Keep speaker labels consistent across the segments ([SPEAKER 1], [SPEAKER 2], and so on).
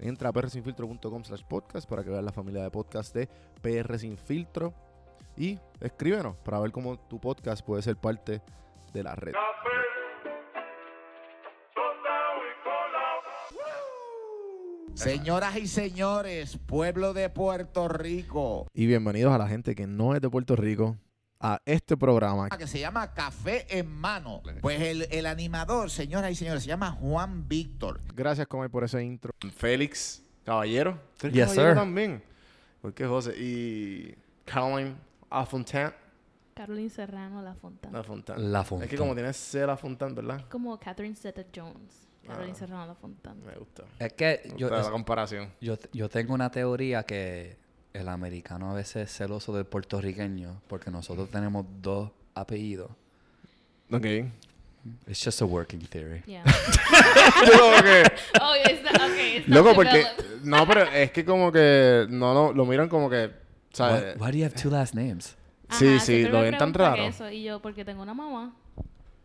[SPEAKER 1] Entra a prsinfiltro.com slash podcast para que veas la familia de podcast de PR Sin Filtro. Y escríbenos para ver cómo tu podcast puede ser parte de la red.
[SPEAKER 2] Café, soda y cola.
[SPEAKER 3] Señoras y señores, pueblo de Puerto Rico,
[SPEAKER 1] Y bienvenidos a la gente que no es de Puerto Rico a este programa.
[SPEAKER 3] ah, que se llama Café en Mano. Pues el, el animador, señoras y señores, se llama Juan Víctor.
[SPEAKER 1] Gracias, Comay, por ese intro. Félix, caballero. Félix
[SPEAKER 4] Yes,
[SPEAKER 1] caballero
[SPEAKER 4] sir.
[SPEAKER 1] también. Porque José y Caroline Afontan.
[SPEAKER 5] Caroline Serrano La Fontana.
[SPEAKER 1] Afontan.
[SPEAKER 4] La
[SPEAKER 1] Es que como tienes C la Fontan, ¿verdad?
[SPEAKER 5] Como Catherine Zeta Jones. Caroline
[SPEAKER 1] Ah.
[SPEAKER 5] Serrano La Fontana.
[SPEAKER 1] Me gusta. Me
[SPEAKER 4] Es que yo,
[SPEAKER 1] gusta
[SPEAKER 4] es-
[SPEAKER 1] la comparación.
[SPEAKER 4] yo, yo tengo una teoría que el americano a veces es celoso del puertorriqueño porque nosotros tenemos dos apellidos.
[SPEAKER 1] Ok.
[SPEAKER 4] It's just a working theory.
[SPEAKER 5] Yeah.
[SPEAKER 1] Yo como que-
[SPEAKER 5] oh, it's not, okay, it's not
[SPEAKER 1] Loco, porque.
[SPEAKER 5] developed.
[SPEAKER 1] No, pero es que como que. No, no, lo miran como que.
[SPEAKER 4] Why,
[SPEAKER 1] ¿Sabes?
[SPEAKER 4] why do you have two last names?
[SPEAKER 1] Sí, sí,
[SPEAKER 5] Ajá, siempre
[SPEAKER 1] lo
[SPEAKER 5] me
[SPEAKER 1] ven tan
[SPEAKER 5] preguntan
[SPEAKER 1] raro.
[SPEAKER 5] Eso, y yo, porque tengo una mamá.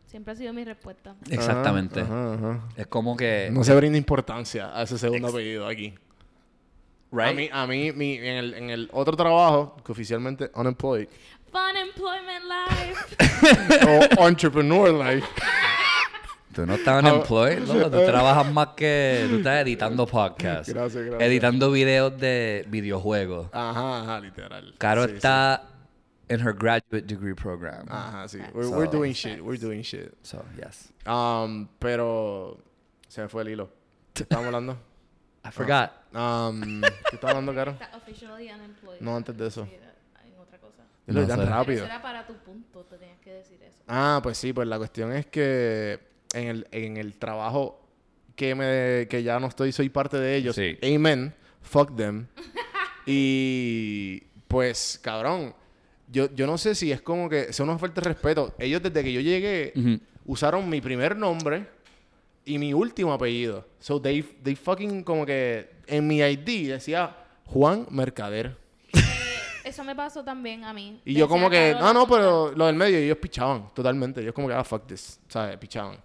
[SPEAKER 5] Siempre ha sido mi respuesta.
[SPEAKER 4] Exactamente.
[SPEAKER 1] Ajá, ajá.
[SPEAKER 4] Es como que...
[SPEAKER 1] No se brinda importancia a ese segundo apellido aquí.
[SPEAKER 4] Right?
[SPEAKER 1] A mí, a mí mi- en, el, en el otro trabajo, que oficialmente unemployed,
[SPEAKER 5] Fun employment life.
[SPEAKER 1] o entrepreneur life,
[SPEAKER 4] Tú no estás
[SPEAKER 1] Ah,
[SPEAKER 4] unemployed, loco. Tú trabajas más que... Tú estás editando podcasts.
[SPEAKER 1] Gracias, gracias.
[SPEAKER 4] Editando videos de videojuegos.
[SPEAKER 1] ajá, ajá, literal.
[SPEAKER 4] Caro
[SPEAKER 1] Sí, sí. Ah.
[SPEAKER 4] está en her graduate degree program.
[SPEAKER 1] Ajá, sí. We're, we're
[SPEAKER 4] So-
[SPEAKER 1] doing shit, we're doing shit.
[SPEAKER 4] So, yes.
[SPEAKER 1] Um, pero se me fue el hilo. ¿Qué estábamos hablando?
[SPEAKER 4] I forgot.
[SPEAKER 1] Um, ¿Qué estábamos hablando, Caro?
[SPEAKER 5] Está officially unemployed.
[SPEAKER 1] No, antes de eso.
[SPEAKER 5] Sí, era- en otra cosa.
[SPEAKER 1] Lo
[SPEAKER 4] No
[SPEAKER 1] tan
[SPEAKER 4] sé.
[SPEAKER 5] Pero
[SPEAKER 1] rápido.
[SPEAKER 5] eso era para tu punto, te tenías que decir eso.
[SPEAKER 1] Ah, pues sí, pues la cuestión es que en el, en el trabajo que, me, que ya no estoy, soy parte de ellos.
[SPEAKER 4] Sí.
[SPEAKER 1] Amen. Fuck them. y pues, cabrón, yo, yo no sé si es como que son una falta de respeto. Ellos desde que yo llegué
[SPEAKER 4] Ujú.
[SPEAKER 1] usaron mi primer nombre y mi último apellido. So they, they fucking como que en mi ID decía Juan Mercader.
[SPEAKER 5] Eso me pasó también a mí.
[SPEAKER 1] Y yo
[SPEAKER 5] Decía
[SPEAKER 1] como que, no,
[SPEAKER 5] Carola
[SPEAKER 1] no,
[SPEAKER 5] Fontana.
[SPEAKER 1] pero lo del medio, ellos pichaban, totalmente. Ellos como que, ah, fuck this, ¿sabes? Pichaban.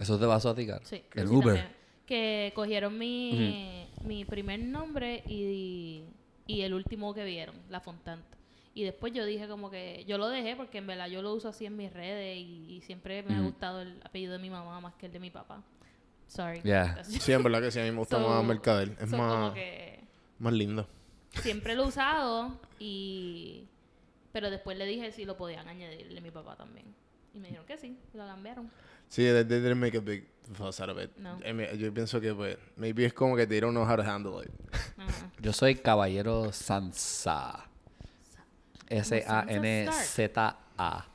[SPEAKER 4] Eso te vas a ti, Caro.
[SPEAKER 5] Sí.
[SPEAKER 4] El
[SPEAKER 5] sí,
[SPEAKER 4] Uber.
[SPEAKER 5] también. Que cogieron mi, mi primer nombre y, y el último que vieron, la Fontanta. Y después yo dije como que yo lo dejé porque en verdad yo lo uso así en mis redes y, y siempre me ha
[SPEAKER 4] Ujú.
[SPEAKER 5] gustado el apellido de mi mamá más que el de mi papá. Sorry.
[SPEAKER 4] Yeah.
[SPEAKER 5] That's-
[SPEAKER 1] Sí, en verdad que sí, a mí me gusta
[SPEAKER 5] So-
[SPEAKER 1] más Mercader. Es
[SPEAKER 5] so
[SPEAKER 1] más,
[SPEAKER 5] como que
[SPEAKER 1] más lindo.
[SPEAKER 5] siempre lo he usado y... Pero después le dije si lo podían añadir el de mi papá también. Y me dijeron que sí, y lo cambiaron.
[SPEAKER 1] Sí, they, they didn't make a big fuss out of it.
[SPEAKER 5] No.
[SPEAKER 1] I mean, yo pienso que, pues, maybe es como que they don't know how to handle it.
[SPEAKER 5] Ajá.
[SPEAKER 4] Yo soy caballero Sansa. S-A-N-Z-A.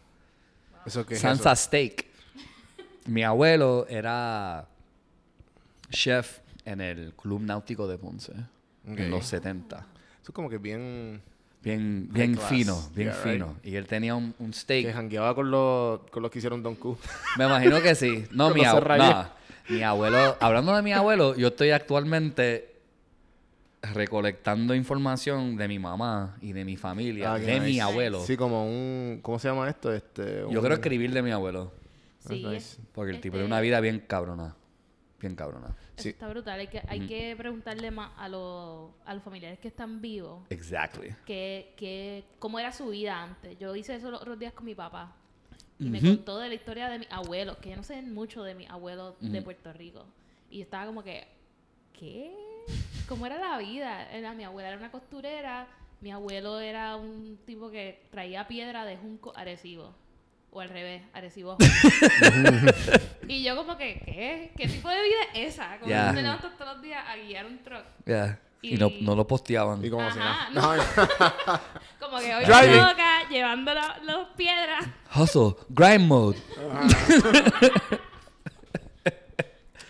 [SPEAKER 1] Eso que es
[SPEAKER 4] Sansa
[SPEAKER 1] eso.
[SPEAKER 4] Steak. mi abuelo era chef en el Club Náutico de Ponce
[SPEAKER 1] Ok.
[SPEAKER 4] en los 70.
[SPEAKER 1] Eso es como que bien.
[SPEAKER 4] Bien, bien
[SPEAKER 1] class.
[SPEAKER 4] fino, bien
[SPEAKER 1] Yeah,
[SPEAKER 4] fino. Y él tenía un, un steak.
[SPEAKER 1] Que jangueaba con los, con los que hicieron Don Q.
[SPEAKER 4] Me imagino que sí. No,
[SPEAKER 1] Con
[SPEAKER 4] mi,
[SPEAKER 1] los
[SPEAKER 4] abue-
[SPEAKER 1] serralleros.
[SPEAKER 4] no, mi abuelo. Hablando de mi abuelo, yo estoy actualmente recolectando información de mi mamá y de mi familia,
[SPEAKER 1] Ah, qué
[SPEAKER 4] de mi
[SPEAKER 1] nice.
[SPEAKER 4] abuelo.
[SPEAKER 1] Sí, como un. ¿Cómo se llama esto? Este,
[SPEAKER 4] Yo
[SPEAKER 1] un-
[SPEAKER 4] quiero escribir de mi abuelo,
[SPEAKER 5] Sí,
[SPEAKER 1] That's
[SPEAKER 5] es-
[SPEAKER 1] Ah, nice.
[SPEAKER 4] porque el tipo
[SPEAKER 5] Este-
[SPEAKER 4] de una vida bien cabrona. Bien cabrona.
[SPEAKER 5] eso
[SPEAKER 1] Sí.
[SPEAKER 5] está brutal. Hay que, hay que preguntarle más a los, a los familiares que están vivos
[SPEAKER 4] Exactly.
[SPEAKER 5] que, que, cómo era su vida antes. Yo hice eso los otros días con mi papá. Y me
[SPEAKER 4] Ujú.
[SPEAKER 5] contó de la historia de mis abuelos, que yo no sé mucho de mis abuelos de Puerto Rico. Y yo estaba como que, ¿qué? ¿Cómo era la vida? Era, mi abuela era una costurera, mi abuelo era un tipo que traía piedra de junco a Arecibo. O al revés, Arecibo. a Junco. y yo como que, ¿qué? ¿Qué tipo de vida es esa? Como
[SPEAKER 4] Ya.
[SPEAKER 5] que te levantas todos los días a guiar un truck.
[SPEAKER 4] Yeah. Y, no,
[SPEAKER 5] Y-
[SPEAKER 4] no lo posteaban.
[SPEAKER 1] Y como si
[SPEAKER 5] Ajá,
[SPEAKER 1] nada.
[SPEAKER 5] no. Como que hoy
[SPEAKER 1] Driving.
[SPEAKER 5] me toca llevando la- las piedras.
[SPEAKER 4] Hustle, grind mode.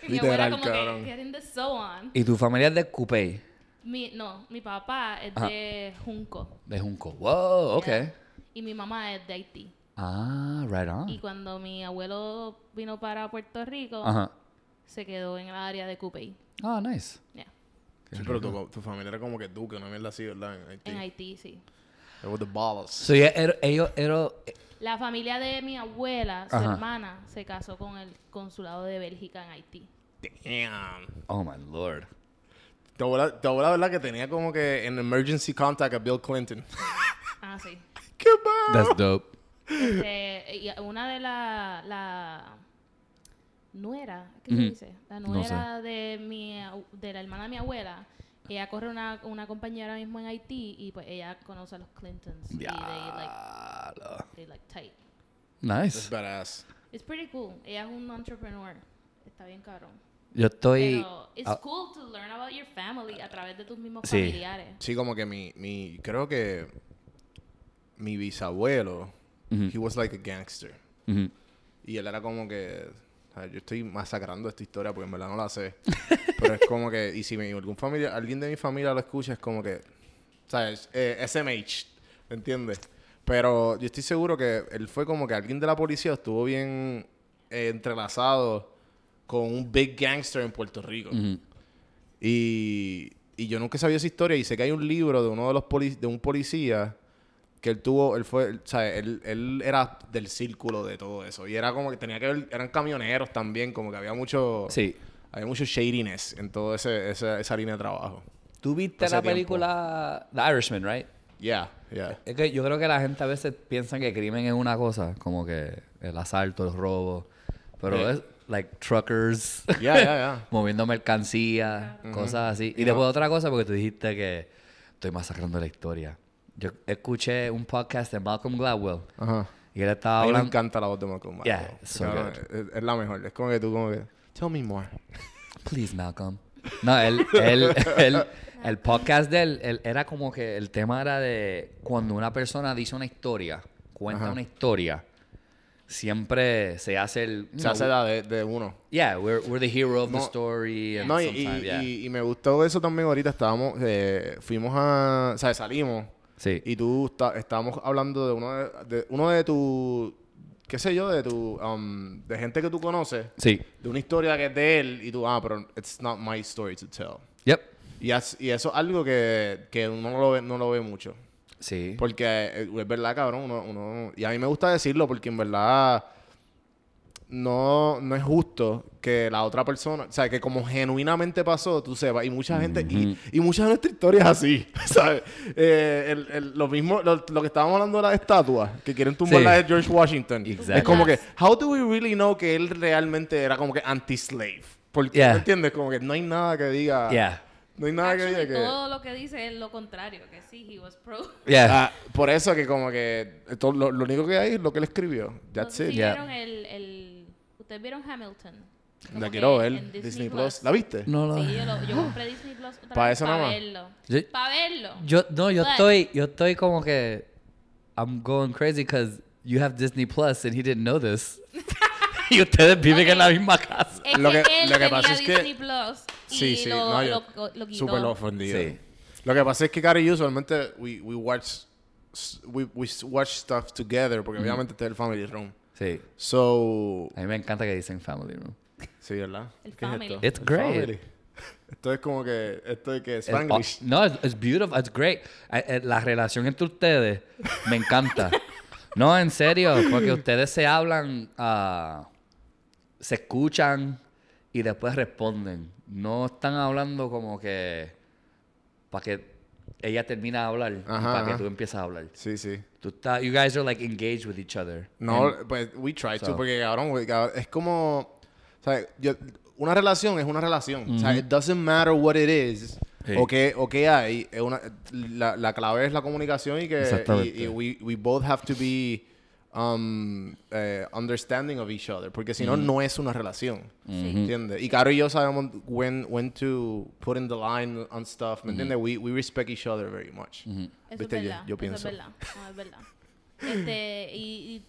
[SPEAKER 5] Y mi abuela
[SPEAKER 1] Literal,
[SPEAKER 5] como
[SPEAKER 1] cabrón.
[SPEAKER 5] que, getting the so on.
[SPEAKER 4] Y tu familia es de Coupé,
[SPEAKER 5] Mi, no, mi papá es
[SPEAKER 4] Ajá.
[SPEAKER 5] de Junco.
[SPEAKER 4] de Junco. Wow, ok.
[SPEAKER 5] ¿ya? Y mi mamá es de Haití.
[SPEAKER 4] Ah, right
[SPEAKER 5] Y
[SPEAKER 4] on.
[SPEAKER 5] cuando mi abuelo vino para Puerto Rico,
[SPEAKER 4] Ajá.
[SPEAKER 5] se quedó en el área de Cupey.
[SPEAKER 4] Ah, nice.
[SPEAKER 5] ya.
[SPEAKER 1] Sí, pero tu, tu familia era como que tú, que una mierda así, ¿verdad? En Haití.
[SPEAKER 5] En Haití, sí.
[SPEAKER 1] It was the ballas.
[SPEAKER 4] So, yeah, er- ellos, ellos,
[SPEAKER 5] La familia de mi abuela, su
[SPEAKER 4] Ajá.
[SPEAKER 5] hermana, se casó con el consulado de Bélgica en Haití.
[SPEAKER 1] Damn.
[SPEAKER 4] oh my lord.
[SPEAKER 1] Tu abuela, tu abuela, ¿verdad? Que tenía como que en emergency contact a Bill Clinton.
[SPEAKER 5] Ah, sí.
[SPEAKER 1] ¡Qué mal!
[SPEAKER 4] That's dope.
[SPEAKER 5] Este, y una de la, la nuera, ¿qué se
[SPEAKER 4] Ujú.
[SPEAKER 5] dice? La
[SPEAKER 4] No sé.
[SPEAKER 5] nuera de mi au- de la hermana de mi abuela. Ella corre una, una compañía ahora mismo en Haití y pues ella conoce a los Clintons. Y they like,
[SPEAKER 4] Diablo.
[SPEAKER 5] they like tight.
[SPEAKER 1] That's
[SPEAKER 4] Nice.
[SPEAKER 1] badass.
[SPEAKER 5] It's pretty cool. Ella es un entrepreneur. Está bien cabrón.
[SPEAKER 4] Yo estoy.
[SPEAKER 5] Pero it's
[SPEAKER 4] ah,
[SPEAKER 5] cool to learn about your family a través de tus mismos
[SPEAKER 4] Sí.
[SPEAKER 5] familiares.
[SPEAKER 1] Sí, como que mi, mi creo que mi bisabuelo, he was like a gangster.
[SPEAKER 4] ujú.
[SPEAKER 1] Y él era como que, a ver, yo estoy masacrando esta historia porque en verdad no la sé. pero es como que, y si mi- algún familia, alguien de mi familia lo escucha, es como que, ¿sabes? Eh, SMH, ¿entiendes? Pero yo estoy seguro que él fue como que alguien de la policía estuvo bien eh, entrelazado con un big gangster en Puerto Rico.
[SPEAKER 4] Ujú.
[SPEAKER 1] Y, y yo nunca sabía esa historia. Y sé que hay un libro de uno de los poli- de un policía que él tuvo, él fue, él, ¿sabes? Él, él era del círculo de todo eso. Y era como que tenía que ver, eran camioneros también, como que había mucho,
[SPEAKER 4] Sí.
[SPEAKER 1] había mucho shadiness en toda ese, esa, esa línea de trabajo.
[SPEAKER 4] ¿Tú viste
[SPEAKER 1] Hace
[SPEAKER 4] la
[SPEAKER 1] tiempo.
[SPEAKER 4] película The Irishman, right?
[SPEAKER 1] Yeah, yeah.
[SPEAKER 4] Es que yo creo que la gente a veces piensa que crimen es una cosa, como que el asalto, el robo. Pero
[SPEAKER 1] Sí.
[SPEAKER 4] es like truckers
[SPEAKER 1] Yeah, yeah, yeah.
[SPEAKER 4] moviendo mercancía, cosas así. Y
[SPEAKER 1] Y
[SPEAKER 4] después
[SPEAKER 1] no-
[SPEAKER 4] otra cosa, porque tú dijiste que estoy masacrando la historia. Yo escuché un podcast de Malcolm Gladwell
[SPEAKER 1] Ajá.
[SPEAKER 4] y él
[SPEAKER 1] A
[SPEAKER 4] estaba
[SPEAKER 1] mí me
[SPEAKER 4] hablando.
[SPEAKER 1] encanta la voz de Malcolm
[SPEAKER 4] Yeah,
[SPEAKER 1] Gladwell.
[SPEAKER 4] so
[SPEAKER 1] Cabrón,
[SPEAKER 4] good.
[SPEAKER 1] eh, es, es la mejor. Es como que tú como que, tell me more.
[SPEAKER 4] Please, Malcolm. No, él, él, él- el podcast de él, él era como que el tema era de cuando una persona dice una historia, cuenta
[SPEAKER 1] Ajá.
[SPEAKER 4] una historia, siempre se hace el.
[SPEAKER 1] Se hace la de, de uno.
[SPEAKER 4] Yeah, we're, we're the hero of the
[SPEAKER 1] No.
[SPEAKER 4] story. And
[SPEAKER 1] No, y, y-
[SPEAKER 4] sometimes, yeah.
[SPEAKER 1] y- y me gustó eso también ahorita. Estábamos, eh, fuimos a, o sea, salimos
[SPEAKER 4] sí.
[SPEAKER 1] y tú está- estábamos hablando de uno de, de uno de tu, qué sé yo, de tu, um, de gente que tú conoces,
[SPEAKER 4] sí.
[SPEAKER 1] de una historia que es de él y tú, ah, pero it's not my story to tell.
[SPEAKER 4] Yep.
[SPEAKER 1] Y, as- y eso es algo que, que uno no lo, ve, no lo ve mucho.
[SPEAKER 4] Sí.
[SPEAKER 1] Porque eh, es verdad, cabrón, uno, uno- Y a mí me gusta decirlo porque en verdad no, no es justo que la otra persona, o sea, que como genuinamente pasó, tú sepas, y mucha gente, y, y muchas de nuestras historias así, ¿sabes? Eh, el- el- lo mismo, lo, lo que estábamos hablando de las estatuas, que quieren tumbar
[SPEAKER 4] Sí.
[SPEAKER 1] la de George Washington.
[SPEAKER 4] Exacto.
[SPEAKER 1] Es como que, how do we really know que él realmente era como que anti-slave? Porque,
[SPEAKER 4] Yeah.
[SPEAKER 1] ¿me entiendes? Como que no hay nada que diga...
[SPEAKER 4] Yeah.
[SPEAKER 1] No hay nada que
[SPEAKER 5] Actually,
[SPEAKER 1] diga que...
[SPEAKER 5] todo lo que dice es lo contrario, que sí, he was pro.
[SPEAKER 4] Yeah.
[SPEAKER 1] Ah, por eso que como que to- lo, lo único que hay es lo que él escribió.
[SPEAKER 5] No
[SPEAKER 1] That's
[SPEAKER 5] sé
[SPEAKER 1] it.
[SPEAKER 5] si
[SPEAKER 4] Yeah.
[SPEAKER 5] vieron el, el- ¿Ustedes vieron Hamilton? Como
[SPEAKER 1] La
[SPEAKER 5] que
[SPEAKER 1] quiero ver.
[SPEAKER 5] en
[SPEAKER 1] Disney, Plus. ¿La viste?
[SPEAKER 4] no lo.
[SPEAKER 5] Sí, yo, lo- yo compré Disney Plus otra
[SPEAKER 1] Pa'
[SPEAKER 5] vez
[SPEAKER 1] eso
[SPEAKER 5] para
[SPEAKER 1] nada más.
[SPEAKER 5] verlo.
[SPEAKER 4] Sí.
[SPEAKER 5] Para verlo.
[SPEAKER 4] Yo, no, yo
[SPEAKER 5] But-
[SPEAKER 4] estoy, yo estoy como que I'm going crazy because you have Disney Plus and he didn't know this. y ustedes viven
[SPEAKER 5] Ok. Eh,
[SPEAKER 4] en la misma casa.
[SPEAKER 5] Es
[SPEAKER 2] Lo
[SPEAKER 5] que,
[SPEAKER 2] que-
[SPEAKER 5] él
[SPEAKER 2] lo que
[SPEAKER 5] tenía
[SPEAKER 2] pasa es que-
[SPEAKER 5] Disney Plus y
[SPEAKER 2] Sí, sí,
[SPEAKER 5] lo,
[SPEAKER 2] no, yo-
[SPEAKER 5] lo, lo quitó.
[SPEAKER 2] Súper ofendido.
[SPEAKER 4] Sí.
[SPEAKER 1] Lo que pasa es que Cari y yo usualmente we, we watch s- we, we s- watch stuff together porque obviamente este es el family room.
[SPEAKER 4] Sí.
[SPEAKER 1] So,
[SPEAKER 4] A mí me encanta que dicen family room.
[SPEAKER 1] sí, ¿verdad?
[SPEAKER 5] El
[SPEAKER 1] ¿Qué es
[SPEAKER 5] family.
[SPEAKER 1] esto?
[SPEAKER 4] It's
[SPEAKER 1] El
[SPEAKER 4] great.
[SPEAKER 1] family. Esto es como que esto es que
[SPEAKER 4] Es- oh,
[SPEAKER 1] Spanglish.
[SPEAKER 4] no, es it's beautiful, it's great. Eh, eh, La relación entre ustedes me encanta. No, en serio, porque ustedes se hablan, ah, se escuchan y después responden. No están hablando como que para que ella termina de hablar y
[SPEAKER 1] Ajá,
[SPEAKER 4] para que
[SPEAKER 1] ajá.
[SPEAKER 4] tú empieces a hablar.
[SPEAKER 1] Sí, sí.
[SPEAKER 4] Tú estás, you guys are like engaged with each other.
[SPEAKER 1] No,
[SPEAKER 4] And-
[SPEAKER 1] pues we try
[SPEAKER 4] So.
[SPEAKER 1] to, porque cabrón, güey, cab- es como. O sea, yo- una relación es una relación. O sea, it doesn't matter what it is
[SPEAKER 4] Sí.
[SPEAKER 1] o, qué, o qué hay. es una- la, la clave es la comunicación y que.
[SPEAKER 4] Exactamente.
[SPEAKER 1] Y, y we, we both have to be um, eh, understanding of each other, porque si no, no es una relación. ¿Entiendes? Y Caro y yo sabemos when, when to put in the line on stuff. ¿Me entiendes? We, we respect each other very much.
[SPEAKER 5] Eso
[SPEAKER 1] Viste,
[SPEAKER 5] es
[SPEAKER 1] yo-
[SPEAKER 5] verdad.
[SPEAKER 1] yo
[SPEAKER 5] eso es
[SPEAKER 1] pienso.
[SPEAKER 5] verdad. No, es verdad. Este, y,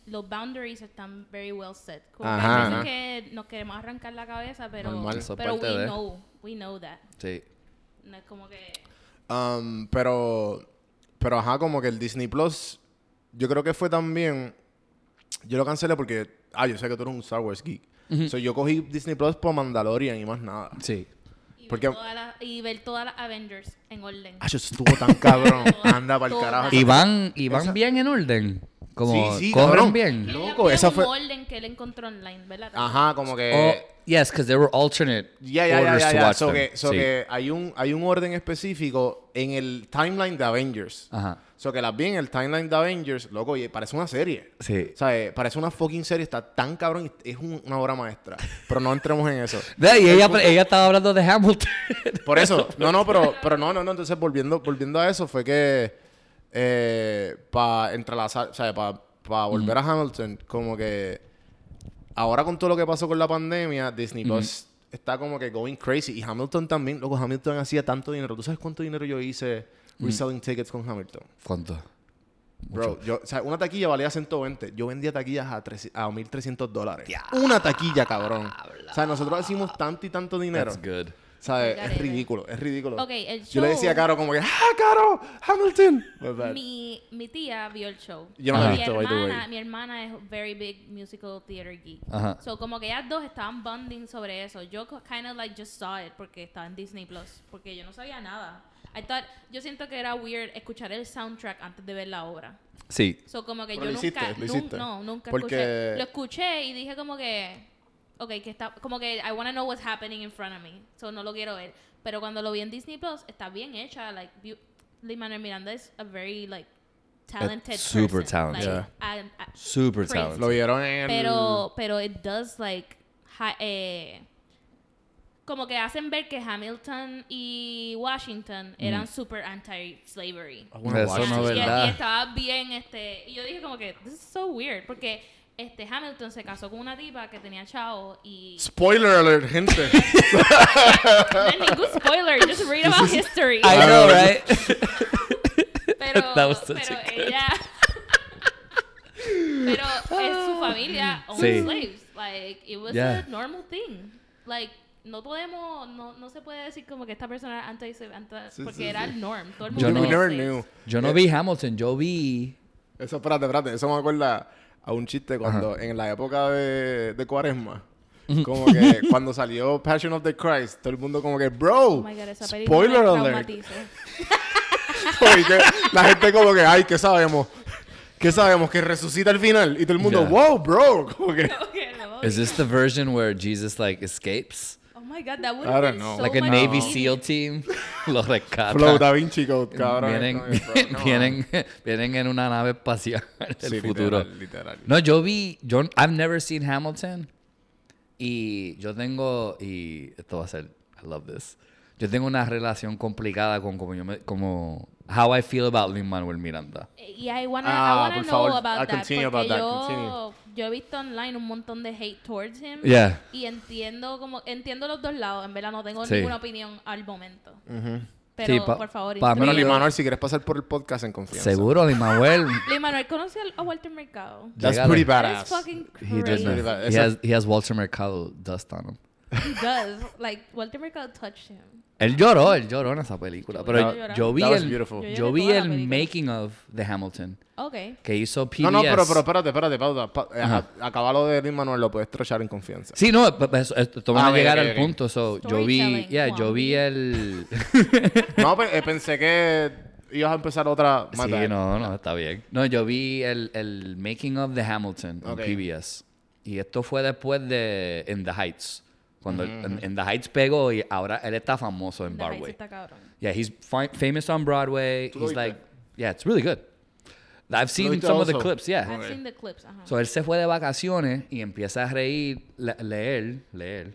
[SPEAKER 5] y los boundaries están very well set. Como
[SPEAKER 1] Ajá,
[SPEAKER 5] que hay veces
[SPEAKER 1] ajá.
[SPEAKER 5] que nos queremos arrancar la cabeza, pero,
[SPEAKER 1] Normal.
[SPEAKER 4] Eso es
[SPEAKER 5] pero
[SPEAKER 4] parte
[SPEAKER 5] we
[SPEAKER 4] de-
[SPEAKER 5] know, we know that.
[SPEAKER 4] Sí.
[SPEAKER 5] No es como que
[SPEAKER 1] Um, pero, pero ajá, como que el Disney Plus, yo creo que fue también. Yo lo cancelé porque. Ah, yo sé que tú eres un Star Wars geek. So, yo cogí Disney Plus por Mandalorian y más nada.
[SPEAKER 4] Sí.
[SPEAKER 5] y,
[SPEAKER 1] Porque-
[SPEAKER 5] ver todas las, y ver todas las Avengers en orden.
[SPEAKER 1] Ah, yo estuvo tan cabrón. Anda para el
[SPEAKER 5] Toda.
[SPEAKER 1] carajo.
[SPEAKER 4] Y van, y van
[SPEAKER 1] Esa-
[SPEAKER 4] bien en orden. Como
[SPEAKER 1] Sí, sí,
[SPEAKER 4] corren
[SPEAKER 1] cabrón.
[SPEAKER 4] bien.
[SPEAKER 1] Loco,
[SPEAKER 5] Él cambió
[SPEAKER 1] esa
[SPEAKER 5] un
[SPEAKER 1] fue-
[SPEAKER 5] orden que él encontró online, ¿verdad?
[SPEAKER 1] Ajá, como
[SPEAKER 4] Oh,
[SPEAKER 1] que.
[SPEAKER 4] yes, because there were alternate
[SPEAKER 1] Ya, ya, ya,
[SPEAKER 4] orders
[SPEAKER 1] ya,
[SPEAKER 4] to
[SPEAKER 1] ya.
[SPEAKER 4] watch
[SPEAKER 1] So,
[SPEAKER 4] them.
[SPEAKER 1] que, so
[SPEAKER 4] Sí.
[SPEAKER 1] que hay un, hay un orden específico en el timeline de Avengers.
[SPEAKER 4] Ajá.
[SPEAKER 1] So que las vi en el timeline de Avengers, loco, y parece una serie.
[SPEAKER 4] Sí.
[SPEAKER 1] O sea, eh, parece una fucking serie, está tan cabrón, y es un- una obra maestra. Pero no entremos en eso.
[SPEAKER 4] Ve, Y ella, ella estaba hablando de Hamilton.
[SPEAKER 1] Por eso, no, no, pero, pero no, no, no. Entonces, volviendo, volviendo a eso, fue que para entrelazar, o sea, para volver a Hamilton, como que ahora con todo lo que pasó con la pandemia, Disney Plus está como que going crazy. Y Hamilton también, loco, Hamilton hacía tanto dinero. ¿Tú sabes cuánto dinero yo hice reselling tickets con Hamilton?
[SPEAKER 4] ¿Cuánto?
[SPEAKER 1] Bro, yo, o sea, una taquilla valía 120. Yo vendía taquillas a, 300 a 1.300 dólares. Una taquilla, cabrón. O sea, nosotros hacimos tanto y tanto dinero.
[SPEAKER 4] That's good.
[SPEAKER 1] ¿Sabes?
[SPEAKER 5] I got
[SPEAKER 1] Es
[SPEAKER 5] it.
[SPEAKER 1] ridículo, es ridículo.
[SPEAKER 5] Ok, el
[SPEAKER 1] Yo le decía a
[SPEAKER 5] show-
[SPEAKER 1] Caro como que, ¡Ah, Caro! ¡Hamilton! My bad.
[SPEAKER 5] Mi, mi tía vio el show.
[SPEAKER 1] Yo no la he
[SPEAKER 5] Mi
[SPEAKER 1] visto, by the way.
[SPEAKER 5] hermana- Mi hermana es very big musical theater geek.
[SPEAKER 4] Ajá.
[SPEAKER 5] So, como que ellas dos estaban bonding sobre eso. Yo kind of like just saw it porque estaba en Disney Plus. Porque yo no sabía nada. I thought, yo siento que era weird escuchar el soundtrack antes de ver la obra.
[SPEAKER 4] Sí.
[SPEAKER 5] So, como que
[SPEAKER 1] Pero
[SPEAKER 5] yo
[SPEAKER 1] lo hiciste,
[SPEAKER 5] nunca,
[SPEAKER 1] lo
[SPEAKER 5] nun-
[SPEAKER 1] hiciste.
[SPEAKER 5] no, nunca
[SPEAKER 1] Porque-
[SPEAKER 5] escuché. Lo escuché y dije como que, ok, que está, como que I want to know what's happening in front of me. So, no lo quiero ver. Pero cuando lo vi en Disney Plus, está bien hecha. Like, beau- Lin-Manuel Miranda is a very, like, talented
[SPEAKER 4] super
[SPEAKER 5] person. Like,
[SPEAKER 4] talented.
[SPEAKER 5] and- and-
[SPEAKER 4] Super
[SPEAKER 5] Crazy.
[SPEAKER 4] talented.
[SPEAKER 1] Lo vieron en el...
[SPEAKER 5] pero, pero it does, like, ha- eh, como que hacen ver que Hamilton y Washington eran
[SPEAKER 1] Mm.
[SPEAKER 5] super anti-slavery.
[SPEAKER 1] Alguna
[SPEAKER 4] Eso
[SPEAKER 1] guay.
[SPEAKER 4] no es
[SPEAKER 5] Y- y-
[SPEAKER 4] verdad.
[SPEAKER 5] Y, estaba bien, este, y yo dije como que, this is so weird, porque este Hamilton se casó con una tipa que tenía chavo y
[SPEAKER 1] Spoiler alert, gente.
[SPEAKER 5] no es ningún spoiler, just read about
[SPEAKER 4] I
[SPEAKER 5] history.
[SPEAKER 4] know,
[SPEAKER 1] Claro,
[SPEAKER 4] right?
[SPEAKER 5] pero
[SPEAKER 4] that was such
[SPEAKER 5] pero
[SPEAKER 4] a good-
[SPEAKER 5] ella pero es su familia owned
[SPEAKER 4] Sí.
[SPEAKER 5] slaves, like it was
[SPEAKER 4] Yeah.
[SPEAKER 5] a normal thing. Like no podemos no, no se puede decir como que esta persona era anti, anti
[SPEAKER 1] Sí,
[SPEAKER 5] porque
[SPEAKER 1] sí,
[SPEAKER 5] era
[SPEAKER 1] sí.
[SPEAKER 5] el norm, todo el
[SPEAKER 4] Yo
[SPEAKER 5] mundo
[SPEAKER 1] We
[SPEAKER 4] no-
[SPEAKER 1] never
[SPEAKER 5] era
[SPEAKER 1] knew.
[SPEAKER 4] Yo no vi Hamilton, yo vi...
[SPEAKER 1] Eso, espérate, espérate. Eso me acuerda a un chiste cuando... En la época de, de cuaresma. Como que cuando salió Passion of the Christ, todo el mundo como que, bro,
[SPEAKER 5] Oh my God, esa película
[SPEAKER 1] spoiler
[SPEAKER 5] me
[SPEAKER 1] alert.
[SPEAKER 5] traumatizó.
[SPEAKER 1] Y que la gente como que, ay, ¿qué sabemos? ¿Qué sabemos? Que resucita al final. Y todo el mundo,
[SPEAKER 4] Yeah.
[SPEAKER 1] wow, bro. Como que...
[SPEAKER 5] Como que no,
[SPEAKER 4] Is this the version where Jesus, like, escapes?
[SPEAKER 5] Oh my god, that would
[SPEAKER 1] I
[SPEAKER 5] have
[SPEAKER 1] don't
[SPEAKER 5] been
[SPEAKER 1] know.
[SPEAKER 5] so
[SPEAKER 4] like a
[SPEAKER 5] much
[SPEAKER 4] Navy
[SPEAKER 5] easier.
[SPEAKER 4] SEAL team. Lo rescata.
[SPEAKER 1] Flow Da Vinci Code, cabrón.
[SPEAKER 4] vienen,
[SPEAKER 1] Como que, bro, come on.
[SPEAKER 4] vienen, vienen en una nave espacial del
[SPEAKER 1] Sí,
[SPEAKER 4] futuro.
[SPEAKER 1] literal, literal.
[SPEAKER 4] No, yo vi, yo, I've never seen Hamilton. Y yo tengo, y esto va a ser, I love this. Yo tengo una relación complicada con como yo me, como, how I feel about Lin-Manuel Miranda.
[SPEAKER 5] Eh, Y I wanna,
[SPEAKER 1] Ah,
[SPEAKER 5] I wanna
[SPEAKER 1] por
[SPEAKER 5] know
[SPEAKER 1] favor,
[SPEAKER 5] about
[SPEAKER 1] ah,
[SPEAKER 5] that.
[SPEAKER 1] continue
[SPEAKER 5] porque
[SPEAKER 1] about that,
[SPEAKER 5] yo,
[SPEAKER 1] continue.
[SPEAKER 5] yo he visto online un montón de hate towards him.
[SPEAKER 4] Yeah.
[SPEAKER 5] Y entiendo como, entiendo los dos lados. En verdad no tengo
[SPEAKER 4] Sí.
[SPEAKER 5] ninguna opinión al momento. Pero,
[SPEAKER 4] Sí, pa-
[SPEAKER 5] por favor,
[SPEAKER 4] pa-
[SPEAKER 1] Bueno,
[SPEAKER 4] Amigo.
[SPEAKER 1] Limanuel, si quieres pasar por el podcast en confianza.
[SPEAKER 4] Seguro, Limanuel.
[SPEAKER 5] Lee Manuel conoce al- a Walter Mercado.
[SPEAKER 1] That's
[SPEAKER 4] Llegale.
[SPEAKER 1] pretty
[SPEAKER 5] That
[SPEAKER 1] badass.
[SPEAKER 5] is fucking
[SPEAKER 4] He
[SPEAKER 5] crazy.
[SPEAKER 4] does
[SPEAKER 1] Really
[SPEAKER 4] not.
[SPEAKER 1] bad.
[SPEAKER 4] He
[SPEAKER 1] Esa-
[SPEAKER 4] has, he has Walter Mercado dust on him.
[SPEAKER 5] He does. Like, Walter Mercado touched him.
[SPEAKER 4] Él lloró, él lloró en esa película.
[SPEAKER 5] Yo
[SPEAKER 4] Pero
[SPEAKER 5] voy a llorar.
[SPEAKER 4] yo vi
[SPEAKER 1] That was
[SPEAKER 4] el,
[SPEAKER 1] beautiful.
[SPEAKER 5] Yo
[SPEAKER 4] yo
[SPEAKER 5] lloré
[SPEAKER 4] vi
[SPEAKER 5] toda la
[SPEAKER 4] el
[SPEAKER 5] película.
[SPEAKER 4] making of The Hamilton
[SPEAKER 5] Ok.
[SPEAKER 4] que hizo PBS.
[SPEAKER 1] No, no, pero, pero espérate, espérate, pausa. Pa, eh,
[SPEAKER 4] Ajá.
[SPEAKER 1] a- acabalo de Limanuel, lo puedes trochar en confianza.
[SPEAKER 4] Sí, no, pe- pe- eso- esto, esto van
[SPEAKER 1] Ah,
[SPEAKER 4] a
[SPEAKER 1] ok,
[SPEAKER 4] llegar
[SPEAKER 1] ok,
[SPEAKER 4] al
[SPEAKER 1] ok.
[SPEAKER 4] punto. So, yo vi,
[SPEAKER 5] Storytelling,
[SPEAKER 4] yeah, yo
[SPEAKER 5] Juan.
[SPEAKER 4] vi el.
[SPEAKER 1] No, pe- eh, pensé que ibas a empezar otra. My
[SPEAKER 4] sí,
[SPEAKER 1] bad.
[SPEAKER 4] no, no, está bien. No, yo vi el, el making of The Hamilton
[SPEAKER 1] Ok.
[SPEAKER 4] en PBS. Y esto fue después de In the Heights. Cuando el-
[SPEAKER 1] Mm-hmm.
[SPEAKER 4] en, en The Heights pegó y ahora él está famoso en
[SPEAKER 5] The Heights
[SPEAKER 4] Broadway.
[SPEAKER 5] está cabrón.
[SPEAKER 4] Yeah, he's fi- famous on Broadway.
[SPEAKER 1] ¿Tú lo
[SPEAKER 4] He's
[SPEAKER 1] viste?
[SPEAKER 4] like, yeah, it's really good. I've seen
[SPEAKER 1] viste
[SPEAKER 4] some of the
[SPEAKER 1] also? Ah,
[SPEAKER 4] clips, yeah.
[SPEAKER 5] I've seen the clips. Ajá.
[SPEAKER 4] So él se fue de vacaciones y empieza a reír, le- leer, leer,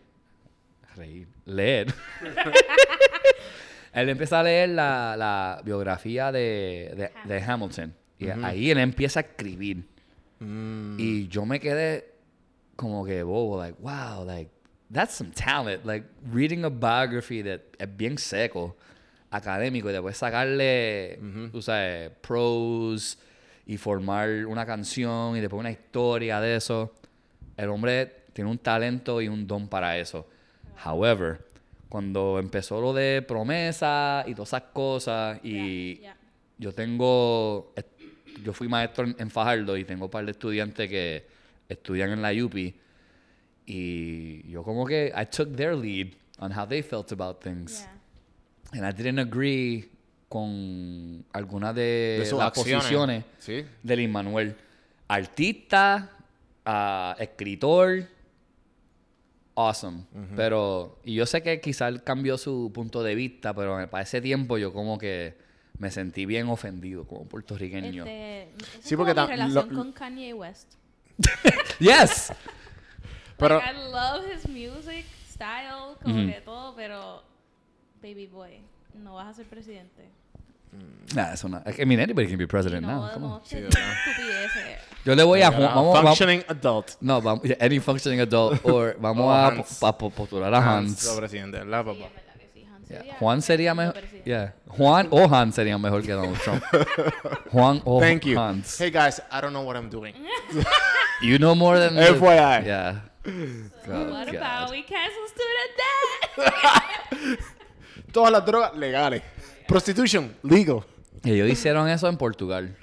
[SPEAKER 4] reír, leer. él empieza a leer la, la biografía de, de, de Hamilton. Y ahí él empieza a escribir. Y yo me quedé como que bobo, like, wow, like, that's some talent. Like, reading a biography that es bien seco, académico, y después sacarle, tú sabes, pros y formar una canción y después una historia de eso. El hombre tiene un talento y un don para eso. However, cuando empezó lo de promesa y todas esas cosas y
[SPEAKER 5] Yeah, yeah.
[SPEAKER 4] yo tengo, est- yo fui maestro en, en Fajardo y tengo un par de estudiantes que estudian en la UPI y yo como que I took their lead on how they felt about things
[SPEAKER 5] Yeah.
[SPEAKER 4] and I didn't agree con algunas de,
[SPEAKER 1] De sus
[SPEAKER 4] eh, las
[SPEAKER 1] acciones.
[SPEAKER 4] posiciones
[SPEAKER 1] Sí.
[SPEAKER 4] de Lin Manuel, artista, ah, escritor, awesome, pero y yo sé que quizá él cambió su punto de vista, pero para ese tiempo yo como que me sentí bien ofendido como puertorriqueño.
[SPEAKER 5] Este, esa es
[SPEAKER 1] Sí, porque
[SPEAKER 5] como mi
[SPEAKER 1] tam-
[SPEAKER 5] relación
[SPEAKER 1] lo-
[SPEAKER 5] con Kanye West.
[SPEAKER 4] Yes.
[SPEAKER 1] Pero-
[SPEAKER 5] like, I love his music, style, como que todo, pero baby boy, no vas a ser presidente.
[SPEAKER 4] Nah, eso no. I mean, anybody can be
[SPEAKER 5] Y
[SPEAKER 4] president now.
[SPEAKER 5] No,
[SPEAKER 4] come on.
[SPEAKER 5] no,
[SPEAKER 1] Sí,
[SPEAKER 5] no
[SPEAKER 1] ¿verdad?
[SPEAKER 5] estupideces.
[SPEAKER 4] Yo le voy a Juan. Vamos, vamos-
[SPEAKER 1] Functioning adult.
[SPEAKER 4] no, vamos, yeah, any functioning adult. Or vamos
[SPEAKER 1] O
[SPEAKER 4] a,
[SPEAKER 1] Hans.
[SPEAKER 4] po- a po- postular a Hans.
[SPEAKER 1] Lo presidente, ¿verdad,
[SPEAKER 5] Sí,
[SPEAKER 1] papá?
[SPEAKER 5] es verdad que sí, Han
[SPEAKER 4] Yeah,
[SPEAKER 5] sería
[SPEAKER 4] Juan sería
[SPEAKER 5] tremendo
[SPEAKER 4] mejor.
[SPEAKER 5] presidente.
[SPEAKER 4] Yeah. Juan o Hans sería mejor que Donald Trump. Juan o
[SPEAKER 1] Thank you.
[SPEAKER 4] Hans.
[SPEAKER 1] Hey guys, I don't know what I'm doing.
[SPEAKER 4] You know more than. the-
[SPEAKER 1] FYI.
[SPEAKER 4] yeah. God,
[SPEAKER 5] What
[SPEAKER 4] God.
[SPEAKER 5] about we cancel student debt?
[SPEAKER 1] Todas las drogas legales. Prostitution, legal.
[SPEAKER 4] Y ellos hicieron eso en Portugal.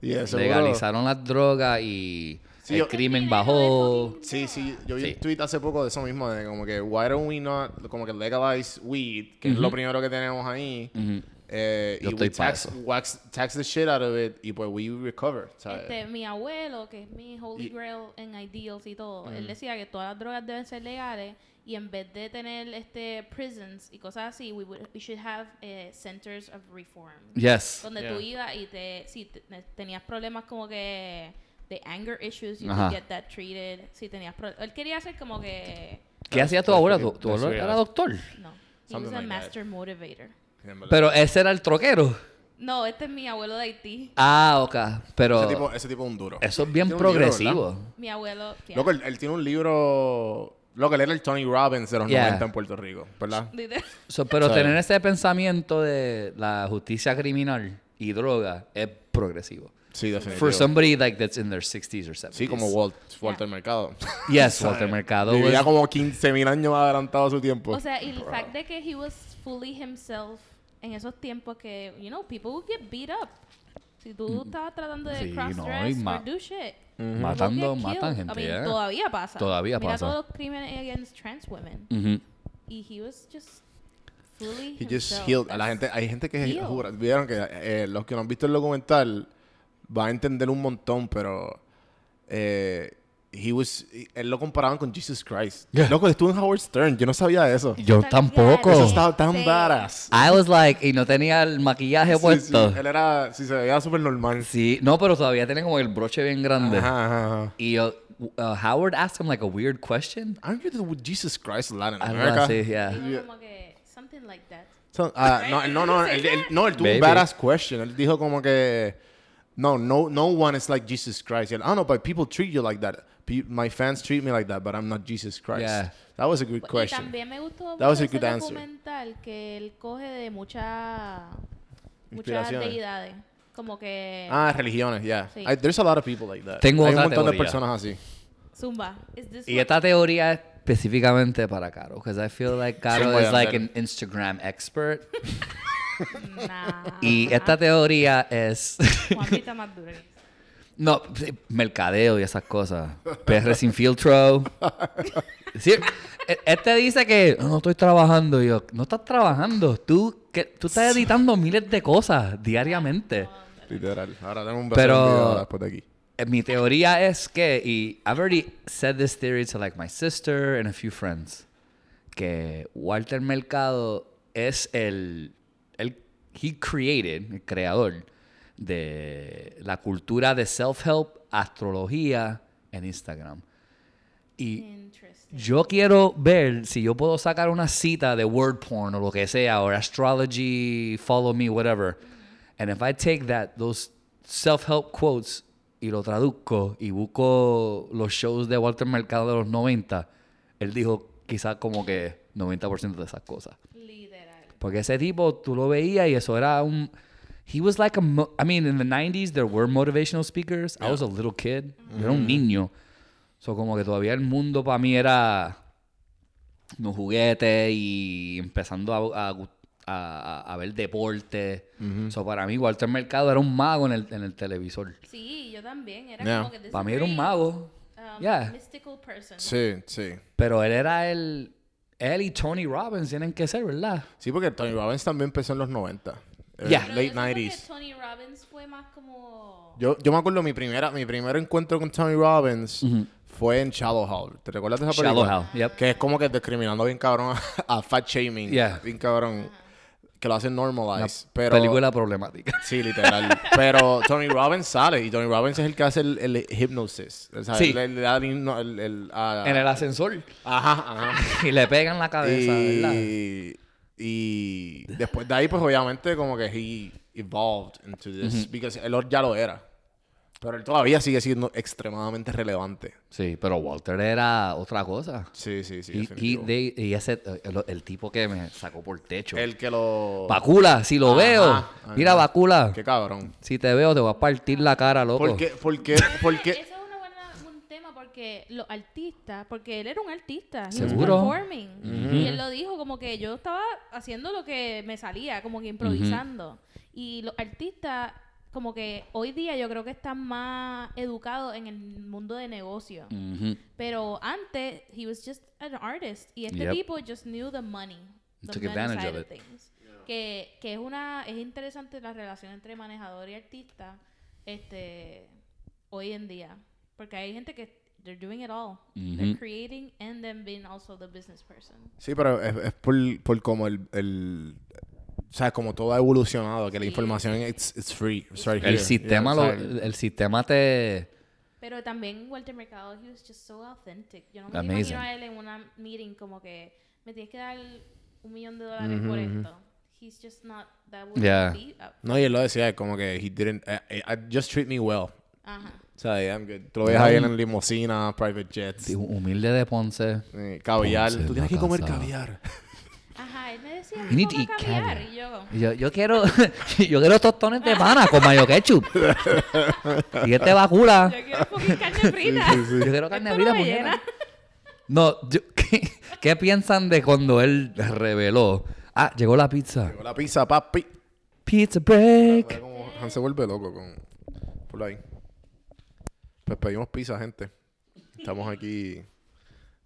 [SPEAKER 1] Yeah, seguro.
[SPEAKER 4] Legalizaron las drogas y
[SPEAKER 1] Sí,
[SPEAKER 4] el
[SPEAKER 1] yo-
[SPEAKER 4] crimen
[SPEAKER 5] Mira,
[SPEAKER 4] bajó.
[SPEAKER 5] fucking-
[SPEAKER 1] Sí, sí, yo vi
[SPEAKER 4] Sí.
[SPEAKER 1] un tweet hace poco de eso mismo, de como que, why don't we not, como que legalize weed, que es lo primero que tenemos ahí, eh,
[SPEAKER 4] Yo
[SPEAKER 1] y
[SPEAKER 4] estoy
[SPEAKER 1] we
[SPEAKER 4] pa'
[SPEAKER 1] tax,
[SPEAKER 4] eso.
[SPEAKER 1] wax- tax the shit out of it, y pues we recover, ¿sabes?
[SPEAKER 5] Este, mi abuelo, que es mi holy
[SPEAKER 1] Y-
[SPEAKER 5] grail en ideals y todo, él decía que todas las drogas deben ser legales y en vez de tener este prisons y cosas así, we, would- we should have eh, centers of reform.
[SPEAKER 4] Yes.
[SPEAKER 5] Donde tú ibas y te, si te- te- tenías problemas como que de anger issues, you could
[SPEAKER 4] Ajá.
[SPEAKER 5] get that treated. Si tenías pro- él quería hacer como que
[SPEAKER 4] ¿Qué hacía tu abuela? ¿Tu,
[SPEAKER 1] Ah, porque-
[SPEAKER 4] tu abuela
[SPEAKER 1] sí,
[SPEAKER 4] era
[SPEAKER 1] era-
[SPEAKER 4] doctor?
[SPEAKER 5] no, he
[SPEAKER 1] Something
[SPEAKER 5] was a
[SPEAKER 1] like that.
[SPEAKER 5] master motivator.
[SPEAKER 1] En verdad.
[SPEAKER 4] Pero ese era el troquero.
[SPEAKER 5] No, este es mi abuelo de Haití.
[SPEAKER 4] Ah, ok. Pero
[SPEAKER 1] ese, tipo, ese tipo es un duro.
[SPEAKER 4] eso es bien
[SPEAKER 1] Tiene un libro,
[SPEAKER 4] progresivo.
[SPEAKER 5] Mi abuelo. yeah.
[SPEAKER 1] Loco, él, él tiene un libro, loco, él era el Tony Robbins de los
[SPEAKER 4] Yeah.
[SPEAKER 1] 90 en Puerto Rico, ¿verdad?
[SPEAKER 5] Literal.
[SPEAKER 4] So, pero
[SPEAKER 1] ¿Sabes?
[SPEAKER 4] tener ese pensamiento de la justicia criminal y droga es progresivo.
[SPEAKER 1] Sí,
[SPEAKER 4] For
[SPEAKER 1] definitivamente.
[SPEAKER 4] somebody like that's in their 60s or 70s.
[SPEAKER 1] Sí, como Walt, Walter Mercado.
[SPEAKER 4] Yes, Walter Mercado
[SPEAKER 1] Vivía
[SPEAKER 4] was-
[SPEAKER 1] como 15.000 años adelantado a su tiempo.
[SPEAKER 5] O sea, y el fact de que he was fully himself en esos tiempos que, you know, people would get beat up. Si
[SPEAKER 1] Mm,
[SPEAKER 5] tú estabas tratando de
[SPEAKER 4] Sí,
[SPEAKER 5] cross
[SPEAKER 4] no, y
[SPEAKER 5] dress
[SPEAKER 4] ma-
[SPEAKER 5] or do shit. people
[SPEAKER 4] matando,
[SPEAKER 5] get
[SPEAKER 4] matan
[SPEAKER 5] killed.
[SPEAKER 4] gente,
[SPEAKER 5] I mean,
[SPEAKER 4] ¿eh?
[SPEAKER 5] todavía pasa.
[SPEAKER 4] Todavía
[SPEAKER 5] Mira
[SPEAKER 4] pasa.
[SPEAKER 5] todos los crímenes against trans women.
[SPEAKER 4] Ujú.
[SPEAKER 5] Y he was just fully
[SPEAKER 1] He just
[SPEAKER 5] himself.
[SPEAKER 1] healed. A la gente, hay gente que
[SPEAKER 5] Healed.
[SPEAKER 1] jura, vieron que eh, los que no han visto el documental van a entender un montón, pero eh, he was, él lo comparaban con Jesus Christ. Loco, él estuvo en Howard Stern, yo no sabía eso.
[SPEAKER 4] Yo tampoco.
[SPEAKER 1] Eso estaba tan
[SPEAKER 5] Sí.
[SPEAKER 1] badass.
[SPEAKER 4] I was like, y no tenía el maquillaje
[SPEAKER 1] Sí, sí,
[SPEAKER 4] puesto. Sí,
[SPEAKER 1] él era, sí, se veía súper normal.
[SPEAKER 4] no, pero todavía tiene como el broche bien grande.
[SPEAKER 1] Ajá, ajá, ajá.
[SPEAKER 4] Y uh, w- uh, Howard asked him like a weird question.
[SPEAKER 1] Aren't you the Jesus Christ lad in
[SPEAKER 4] Algo
[SPEAKER 1] America?
[SPEAKER 4] así, yeah.
[SPEAKER 5] Digo
[SPEAKER 1] Yeah.
[SPEAKER 5] Como que something like that.
[SPEAKER 1] So, ah, no, él- no, no, él, él- no, él tuvo
[SPEAKER 4] Baby.
[SPEAKER 1] un badass question. Él dijo como que, no, no, no one is like Jesus Christ. Y él, ah, no, but people treat you like that. pe- my fans treat me like that, but I'm not Jesus Christ.
[SPEAKER 4] Yeah.
[SPEAKER 1] That was a good
[SPEAKER 5] Y
[SPEAKER 1] question.
[SPEAKER 5] también me gustó
[SPEAKER 1] That was
[SPEAKER 5] mucho
[SPEAKER 1] a
[SPEAKER 5] ese
[SPEAKER 1] good answer.
[SPEAKER 5] documental que él coge de mucha, muchas
[SPEAKER 1] Inspiraciones.
[SPEAKER 5] deidades. Como que...
[SPEAKER 1] Ah, religiones, yeah.
[SPEAKER 5] eh, Sí.
[SPEAKER 1] I- there's a lot of people like that.
[SPEAKER 4] Tengo
[SPEAKER 1] Hay un
[SPEAKER 4] otra
[SPEAKER 1] montón de
[SPEAKER 4] teoría.
[SPEAKER 1] personas así.
[SPEAKER 5] Zumba. Is this
[SPEAKER 4] Y
[SPEAKER 5] what-
[SPEAKER 4] esta teoría es específicamente para Caro, because I feel like Caro
[SPEAKER 1] voy a
[SPEAKER 4] is like an
[SPEAKER 1] hacer.
[SPEAKER 4] Instagram expert.
[SPEAKER 5] Nah.
[SPEAKER 4] Y esta teoría es
[SPEAKER 5] Juanita más dura.
[SPEAKER 4] no sí, mercadeo y esas cosas. PR sin filtro. Sí, e- este dice que "Oh, no estoy trabajando. Y yo, no estás trabajando. Tú que tú estás editando miles de cosas diariamente.
[SPEAKER 1] Literal. Ahora tengo un
[SPEAKER 4] Pero-
[SPEAKER 1] un video después de aquí.
[SPEAKER 4] Eh, Mi teoría es que, y I've already said this theory to like my sister and a few friends, que Walter Mercado es el, el he created, el creador de la cultura de self-help, astrología en Instagram. Y
[SPEAKER 5] Interesting.
[SPEAKER 4] yo quiero ver si yo puedo sacar una cita de word porn o lo que sea, o astrology, follow me, whatever. And if I take that, those self-help quotes, y lo traduzco, y busco los shows de Walter Mercado de los 90, él dijo quizás como que 90% de esas cosas.
[SPEAKER 5] Literal.
[SPEAKER 4] Porque ese tipo, tú lo veías y eso era un... He was like a... mo- I mean, in the 90s there were motivational speakers. I was a little kid. Yo
[SPEAKER 1] Mm.
[SPEAKER 4] era un niño. So, como que todavía el mundo para mí era... Los juguetes y empezando a, a gu- a- a- a ver deporte.
[SPEAKER 1] Mm-hmm.
[SPEAKER 4] So, para mí Walter Mercado era un mago en el, en el televisor.
[SPEAKER 5] Sí, yo también. Era
[SPEAKER 1] Yeah.
[SPEAKER 5] como que... this
[SPEAKER 4] Para mí era un
[SPEAKER 5] very,
[SPEAKER 4] mago.
[SPEAKER 5] um,
[SPEAKER 4] Yeah.
[SPEAKER 5] Mystical person.
[SPEAKER 1] Sí, sí.
[SPEAKER 4] Pero él era el... Él y Tony Robbins tienen que ser, ¿verdad?
[SPEAKER 1] Sí, porque Tony Robbins también empezó en los 90. eh,
[SPEAKER 4] Yeah.
[SPEAKER 5] Pero
[SPEAKER 1] Late
[SPEAKER 5] yo siento que
[SPEAKER 1] 90s.
[SPEAKER 5] Tony Robbins fue más como...
[SPEAKER 1] Yo, yo me acuerdo mi primera, mi primer encuentro con Tony Robbins fue en Shallow Hall. ¿Te recuerdas de esa
[SPEAKER 4] Shallow
[SPEAKER 1] película?
[SPEAKER 4] Hall, yep.
[SPEAKER 1] Que es como que discriminando bien cabrón a, a fat shaming.
[SPEAKER 4] Yeah.
[SPEAKER 1] Bien cabrón. Que lo hacen
[SPEAKER 4] Una
[SPEAKER 1] normalize. pero,
[SPEAKER 4] película problemática.
[SPEAKER 1] Sí, literal. pero Tony Robbins sale y Tony Robbins es el que hace el, el hypnosis. O sea,
[SPEAKER 4] Sí.
[SPEAKER 1] Le, le da el, himno- el- el- a-
[SPEAKER 4] en el Ah, ascensor.
[SPEAKER 1] Ajá, ajá.
[SPEAKER 4] Ah, Y le pegan la cabeza, ¿verdad?
[SPEAKER 1] Y, y después de ahí, pues obviamente como que he evolved into this. Because él ya lo era. Pero él todavía sigue siendo extremadamente relevante.
[SPEAKER 4] Sí, pero Walter era otra cosa.
[SPEAKER 1] Sí, sí, sí.
[SPEAKER 4] Y, y,
[SPEAKER 1] definitivo.
[SPEAKER 4] de- y ese, el, el tipo que me sacó por el techo.
[SPEAKER 1] el que lo...
[SPEAKER 4] Bacula, si lo
[SPEAKER 1] Ajá,
[SPEAKER 4] veo. Mira,
[SPEAKER 1] ajá.
[SPEAKER 4] Bacula.
[SPEAKER 1] Qué cabrón.
[SPEAKER 4] Si te veo, te voy a partir la cara, loco.
[SPEAKER 1] ¿Por qué? ¿Por qué?
[SPEAKER 5] Ah,
[SPEAKER 1] ¿Por qué?
[SPEAKER 5] Eso es una buena- un tema porque los artistas, porque él era un artista, he
[SPEAKER 4] Seguro. Mm-hmm.
[SPEAKER 5] was performing. Y él lo dijo como que yo estaba haciendo lo que me salía, como que improvisando.
[SPEAKER 4] Mm-hmm.
[SPEAKER 5] Y los artistas, como que hoy día yo creo que están más educados en el mundo de negocio.
[SPEAKER 4] Ujú.
[SPEAKER 5] Pero antes, he was just an artist. Y este
[SPEAKER 4] Yep.
[SPEAKER 5] tipo just knew the money. The
[SPEAKER 4] Took
[SPEAKER 5] money
[SPEAKER 4] advantage of
[SPEAKER 5] side
[SPEAKER 4] it.
[SPEAKER 5] things. Que, que es una es interesante la relación entre manejador y artista este hoy en día porque hay gente que they're doing it all they're
[SPEAKER 4] Ujú.
[SPEAKER 5] creating and then being also the business person
[SPEAKER 1] Sí, pero es, es por, por como el, el... O sea, como todo ha evolucionado, que la
[SPEAKER 5] Sí.
[SPEAKER 1] información es it's free. it's right
[SPEAKER 4] El
[SPEAKER 1] here.
[SPEAKER 4] sistema,
[SPEAKER 1] Yeah,
[SPEAKER 4] lo-
[SPEAKER 1] o sea,
[SPEAKER 4] el sistema te...
[SPEAKER 5] pero también Walter Mercado he was just so authentic yo no me
[SPEAKER 4] Amazing.
[SPEAKER 5] imagino a él en una meeting como que me tienes que dar un millón de dólares por esto he's just not that would
[SPEAKER 4] Mm-hmm. Yeah.
[SPEAKER 5] be uh,
[SPEAKER 1] No, y él lo decía como que he didn't... eh, eh, just treat me well.
[SPEAKER 5] ajá
[SPEAKER 1] O sea, I'm good. Tú lo ves ahí en limusina, private jets,
[SPEAKER 4] te- Humilde de Ponce.
[SPEAKER 1] eh, caviar. Tú
[SPEAKER 4] Ponce en la
[SPEAKER 1] tienes que comer
[SPEAKER 4] casa.
[SPEAKER 1] caviar.
[SPEAKER 5] Ajá, él me decía,
[SPEAKER 4] You need
[SPEAKER 5] ¿cómo
[SPEAKER 4] to eat
[SPEAKER 5] cambiar?
[SPEAKER 4] caviar.
[SPEAKER 5] Y yo,
[SPEAKER 4] Y Yo, yo quiero yo quiero tostones de pana con mayo ketchup. y este Bacula.
[SPEAKER 5] yo quiero fucking carne frita.
[SPEAKER 4] Yo quiero carne
[SPEAKER 5] Esto
[SPEAKER 4] frita,
[SPEAKER 5] no me
[SPEAKER 4] puñeta.
[SPEAKER 5] llena.
[SPEAKER 4] No, yo- ¿qué, qué piensan de cuando él reveló? Ah, llegó la pizza.
[SPEAKER 1] Llegó la pizza, papi.
[SPEAKER 4] Pizza break.
[SPEAKER 1] Era como Han se vuelve loco con... Por ahí. Pues pedimos pizza, gente. Estamos aquí...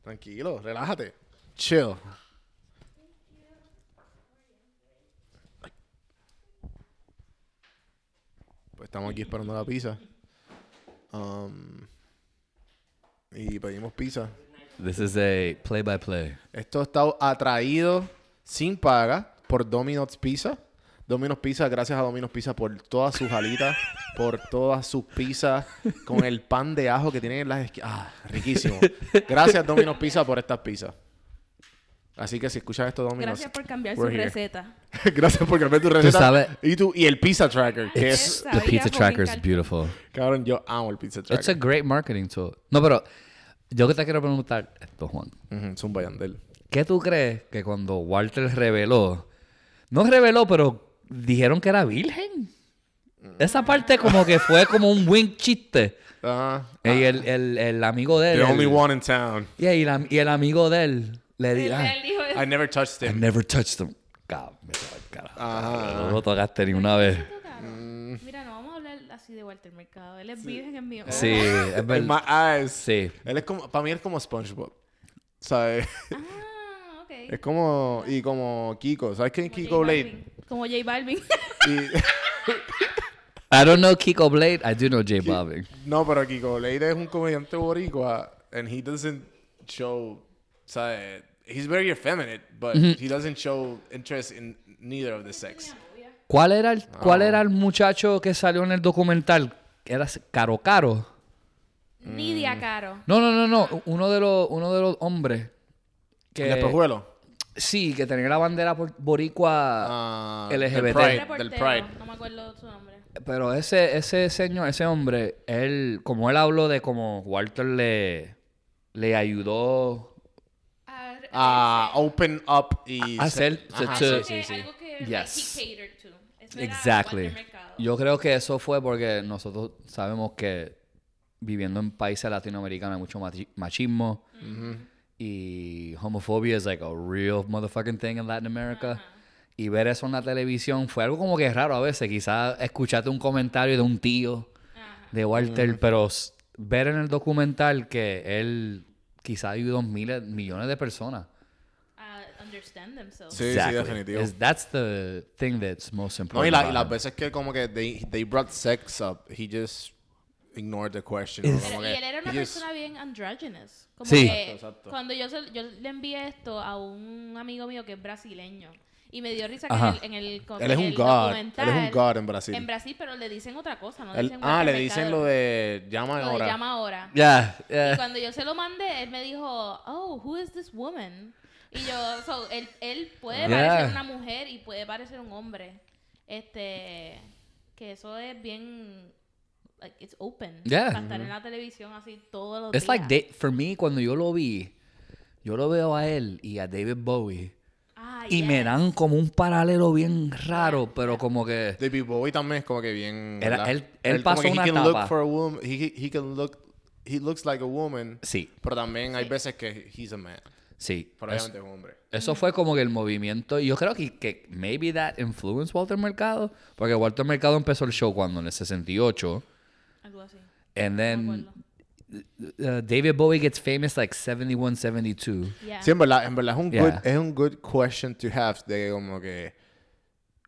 [SPEAKER 1] Tranquilo, relájate. Chill. Pues estamos aquí esperando la pizza. Um, y pedimos pizza.
[SPEAKER 4] This is a play by play.
[SPEAKER 1] Esto está atraído sin paga por Domino's Pizza. Domino's Pizza, gracias a Domino's Pizza por todas sus alitas, por todas sus pizzas, con el pan de ajo que tienen en las esquinas. Ah, riquísimo. Gracias Domino's Pizza por estas pizzas. Así que si escuchas esto, Domino's.
[SPEAKER 5] Gracias por cambiar
[SPEAKER 1] we're
[SPEAKER 5] su
[SPEAKER 1] here.
[SPEAKER 5] receta.
[SPEAKER 1] gracias por cambiar tu receta.
[SPEAKER 4] sabes-
[SPEAKER 1] Y, tu, y el Pizza Tracker, que es...
[SPEAKER 5] Sabía
[SPEAKER 4] The pizza
[SPEAKER 5] comunicar.
[SPEAKER 4] tracker is beautiful.
[SPEAKER 1] Cabrón, yo amo el Pizza Tracker.
[SPEAKER 4] It's a great marketing tool. No, pero Yo que te quiero preguntar esto, Juan.
[SPEAKER 1] Ujú, Zumba Yandel.
[SPEAKER 4] ¿Qué tú crees que cuando Walter reveló, no reveló, pero dijeron que era virgen? Esa parte como que fue como un buen chiste.
[SPEAKER 1] Ajá.
[SPEAKER 4] Y el, el- el amigo de él.
[SPEAKER 2] The only
[SPEAKER 4] el-
[SPEAKER 2] one in town.
[SPEAKER 4] Yeah, y, la- y el amigo de él le ah, dijo,
[SPEAKER 5] Él dijo eso.
[SPEAKER 2] I never touched
[SPEAKER 4] I
[SPEAKER 2] him.
[SPEAKER 4] never touched him. Cabrón, me cago en carajo,
[SPEAKER 1] Em. Ajá.
[SPEAKER 4] No lo tocaste ni una vez.
[SPEAKER 5] ¿Qué tocaron? Mira, no vamos a hablar así de Walter Mercado. Él es virgen, es mío.
[SPEAKER 4] Mm. Sí, es
[SPEAKER 1] In my
[SPEAKER 4] verdad.
[SPEAKER 1] eyes.
[SPEAKER 4] Sí.
[SPEAKER 1] Él ah, es como, para mí es como SpongeBob. ¿Sabes?
[SPEAKER 5] Ah, ok.
[SPEAKER 1] Es como, y como Kiko. ¿Sabes quién es
[SPEAKER 5] Como
[SPEAKER 1] Kiko
[SPEAKER 5] J
[SPEAKER 1] Blade?
[SPEAKER 5] Balvin. Como J Balvin.
[SPEAKER 1] Y-
[SPEAKER 4] I don't know Kiko Blade, I do know J Balvin.
[SPEAKER 1] no, pero Kiko Blade es un comediante boricua. And he doesn't show, ¿sabes? He's very effeminate, but he doesn't show interest in neither of the sex.
[SPEAKER 4] ¿Cuál era el, cuál
[SPEAKER 1] Ah.
[SPEAKER 4] era el muchacho que salió en el documental? Era Caro Caro. Mm.
[SPEAKER 5] Nidia Caro.
[SPEAKER 4] No, no, no, no. Uno de los, uno de los hombres.
[SPEAKER 1] El
[SPEAKER 4] Que,
[SPEAKER 1] espejuelo.
[SPEAKER 4] sí, que tenía la bandera por- boricua.
[SPEAKER 1] Ah,
[SPEAKER 4] LGBT.
[SPEAKER 1] del Pride. Del
[SPEAKER 5] Reportero,
[SPEAKER 1] Pride.
[SPEAKER 5] No me acuerdo su nombre.
[SPEAKER 4] Pero ese, ese señor, ese hombre, él, como él habló de cómo Walter le, le ayudó
[SPEAKER 5] Ah, re-
[SPEAKER 1] Ah, open up y...
[SPEAKER 4] a hacer.
[SPEAKER 1] Ajá,
[SPEAKER 4] to-
[SPEAKER 5] algo
[SPEAKER 1] sí,
[SPEAKER 5] ah, que-
[SPEAKER 4] sí, sí.
[SPEAKER 5] Algo que like,
[SPEAKER 4] Yes.
[SPEAKER 5] he catered to. Eso era
[SPEAKER 4] Exactly.
[SPEAKER 5] Walter Mercado.
[SPEAKER 4] Yo creo que eso fue porque nosotros sabemos que viviendo en países latinoamericanos hay mucho machi- machismo y homofobia es like a real motherfucking thing in Latin America. Y ver eso en la televisión fue algo como que raro a veces. Quizás escuchaste un comentario de un tío de Walter,
[SPEAKER 1] Mm.
[SPEAKER 4] pero s- ver en el documental que él quizás ayudó a miles, millones de personas.
[SPEAKER 5] Ah, understand themselves.
[SPEAKER 1] Sí, sí,
[SPEAKER 4] Exactly.
[SPEAKER 1] definitivo.
[SPEAKER 4] Is- That's the thing that's most important.
[SPEAKER 1] No, y, la- y
[SPEAKER 4] about
[SPEAKER 1] las
[SPEAKER 4] him.
[SPEAKER 1] veces que como que they, they brought sex up, he just ignored the question. o
[SPEAKER 5] Pero-
[SPEAKER 1] como
[SPEAKER 5] y
[SPEAKER 1] que
[SPEAKER 5] él era una
[SPEAKER 1] he just-
[SPEAKER 5] persona bien androgynous. Como
[SPEAKER 4] Sí.
[SPEAKER 5] que
[SPEAKER 1] Exacto, exacto.
[SPEAKER 5] cuando yo, se- yo le envié esto a un amigo mío que es brasileño. Y me dio risa que en
[SPEAKER 4] Ajá.
[SPEAKER 5] el, en el co-
[SPEAKER 1] Él es
[SPEAKER 5] en
[SPEAKER 1] un
[SPEAKER 5] el
[SPEAKER 1] god. Él es
[SPEAKER 5] documental-
[SPEAKER 1] un god en Brasil.
[SPEAKER 5] En Brasil, pero le dicen otra cosa, ¿no?
[SPEAKER 1] Él-
[SPEAKER 5] Dicen
[SPEAKER 1] ah,
[SPEAKER 5] Walter
[SPEAKER 1] le dicen
[SPEAKER 5] Mercado,
[SPEAKER 1] lo de llama
[SPEAKER 5] lo de
[SPEAKER 1] ahora.
[SPEAKER 5] llama ahora.
[SPEAKER 4] Yeah,
[SPEAKER 5] Y
[SPEAKER 4] yeah.
[SPEAKER 5] cuando yo se lo mandé, él me dijo, oh, who is this woman? Y yo, so, él, él puede
[SPEAKER 4] Yeah.
[SPEAKER 5] parecer una mujer y puede parecer un hombre. Este, que eso es bien, like, it's open.
[SPEAKER 4] Yeah.
[SPEAKER 5] Para estar en la televisión así todos los
[SPEAKER 4] It's
[SPEAKER 5] días.
[SPEAKER 4] like da- for me cuando yo lo vi, yo lo veo a él y a David Bowie
[SPEAKER 5] Ah,
[SPEAKER 4] y me
[SPEAKER 5] yes.
[SPEAKER 4] dan como un paralelo bien raro, pero como que
[SPEAKER 1] David Bowie también es como que bien...
[SPEAKER 4] Era-
[SPEAKER 1] ¿verdad?
[SPEAKER 4] él- él
[SPEAKER 1] como
[SPEAKER 4] pasó
[SPEAKER 1] que
[SPEAKER 4] una
[SPEAKER 1] he can
[SPEAKER 4] etapa.
[SPEAKER 1] look for a woman. He, he can look... He looks like a woman.
[SPEAKER 4] sí,
[SPEAKER 1] Pero también hay veces que he's a man.
[SPEAKER 4] sí.
[SPEAKER 1] Pero
[SPEAKER 4] Es-
[SPEAKER 1] obviamente es un hombre.
[SPEAKER 4] eso fue como que el movimiento y yo creo que, que maybe that influenced Walter Mercado, porque Walter Mercado empezó el show cuando en el 68
[SPEAKER 5] Algo así.
[SPEAKER 4] and
[SPEAKER 5] me
[SPEAKER 4] then
[SPEAKER 5] acuerdo.
[SPEAKER 4] uh, David Bowie gets famous like 71 72.
[SPEAKER 5] Yeah.
[SPEAKER 1] Sí, en verdad, en verdad es un,
[SPEAKER 4] Yeah.
[SPEAKER 1] good, es un good question to have de como que...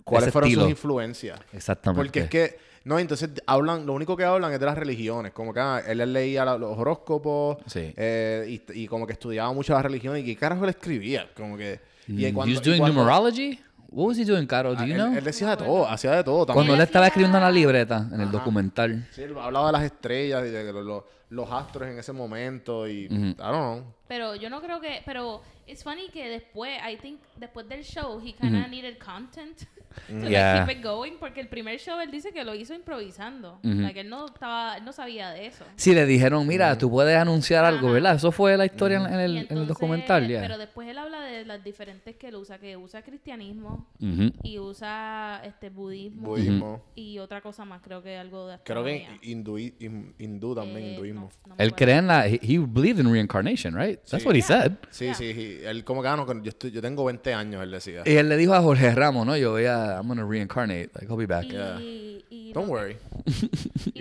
[SPEAKER 1] ¿Cuáles
[SPEAKER 4] Ese
[SPEAKER 1] fueron
[SPEAKER 4] estilo.
[SPEAKER 1] sus influencias?
[SPEAKER 4] Exactamente.
[SPEAKER 1] Porque es que, no, entonces hablan, lo único que hablan es de las religiones. Como que ah, él leía la- los horóscopos
[SPEAKER 4] Sí.
[SPEAKER 1] eh, y, y como que estudiaba mucho las religiones. ¿Y qué carajo le escribía? Como que. Y ahí
[SPEAKER 4] Mm,
[SPEAKER 1] cuando-
[SPEAKER 4] He was
[SPEAKER 1] y
[SPEAKER 4] doing
[SPEAKER 1] cuando-
[SPEAKER 4] numerology? What was he doing, Caro? Do
[SPEAKER 1] ah,
[SPEAKER 4] you
[SPEAKER 1] él,
[SPEAKER 4] know?
[SPEAKER 1] él decía de todo, hacía de todo también.
[SPEAKER 4] Cuando él
[SPEAKER 5] Él
[SPEAKER 4] estaba
[SPEAKER 5] hacía-
[SPEAKER 4] escribiendo una libreta en el documental.
[SPEAKER 1] Sí, él hablaba de las estrellas y de lo- lo- los astros en ese momento y. I don't know.
[SPEAKER 5] Pero yo no creo que, pero it's funny que después, I think, después del show, he kind of needed content to like,
[SPEAKER 4] Yeah.
[SPEAKER 5] keep it going, porque el primer show él dice que lo hizo improvisando, like, él no estaba, él no sabía de eso.
[SPEAKER 4] Sí, le dijeron, mira,
[SPEAKER 1] Mm.
[SPEAKER 4] tú puedes anunciar algo,
[SPEAKER 5] Ajá.
[SPEAKER 4] ¿verdad? Eso fue la historia en, en el, en
[SPEAKER 5] Y
[SPEAKER 4] el
[SPEAKER 5] entonces-
[SPEAKER 4] documental, ya.
[SPEAKER 5] Pero después él habla de las diferentes que él usa, que usa cristianismo
[SPEAKER 4] Ujú.
[SPEAKER 5] y usa este budismo
[SPEAKER 1] Budismo. Oh,
[SPEAKER 5] y otra cosa más, creo que algo de
[SPEAKER 1] Creo que
[SPEAKER 5] astronomía.
[SPEAKER 1] hinduí- hin- hindú también,
[SPEAKER 5] Eh,
[SPEAKER 1] hinduismo.
[SPEAKER 5] no, no me
[SPEAKER 4] Él
[SPEAKER 5] acuerdo.
[SPEAKER 4] cree en la... He, he believed in reincarnation, right? That's
[SPEAKER 1] Sí.
[SPEAKER 4] what he said.
[SPEAKER 1] Sí,
[SPEAKER 5] Yeah.
[SPEAKER 1] sí, sí, él como que ah, no, yo, estoy- yo tengo 20 años, él decía.
[SPEAKER 4] Y él le dijo a Jorge Ramos, ¿no? Yo voy a... I'm gonna reincarnate. Like, I'll be back.
[SPEAKER 5] Y, y
[SPEAKER 1] Don't
[SPEAKER 5] lo-
[SPEAKER 1] worry.
[SPEAKER 5] y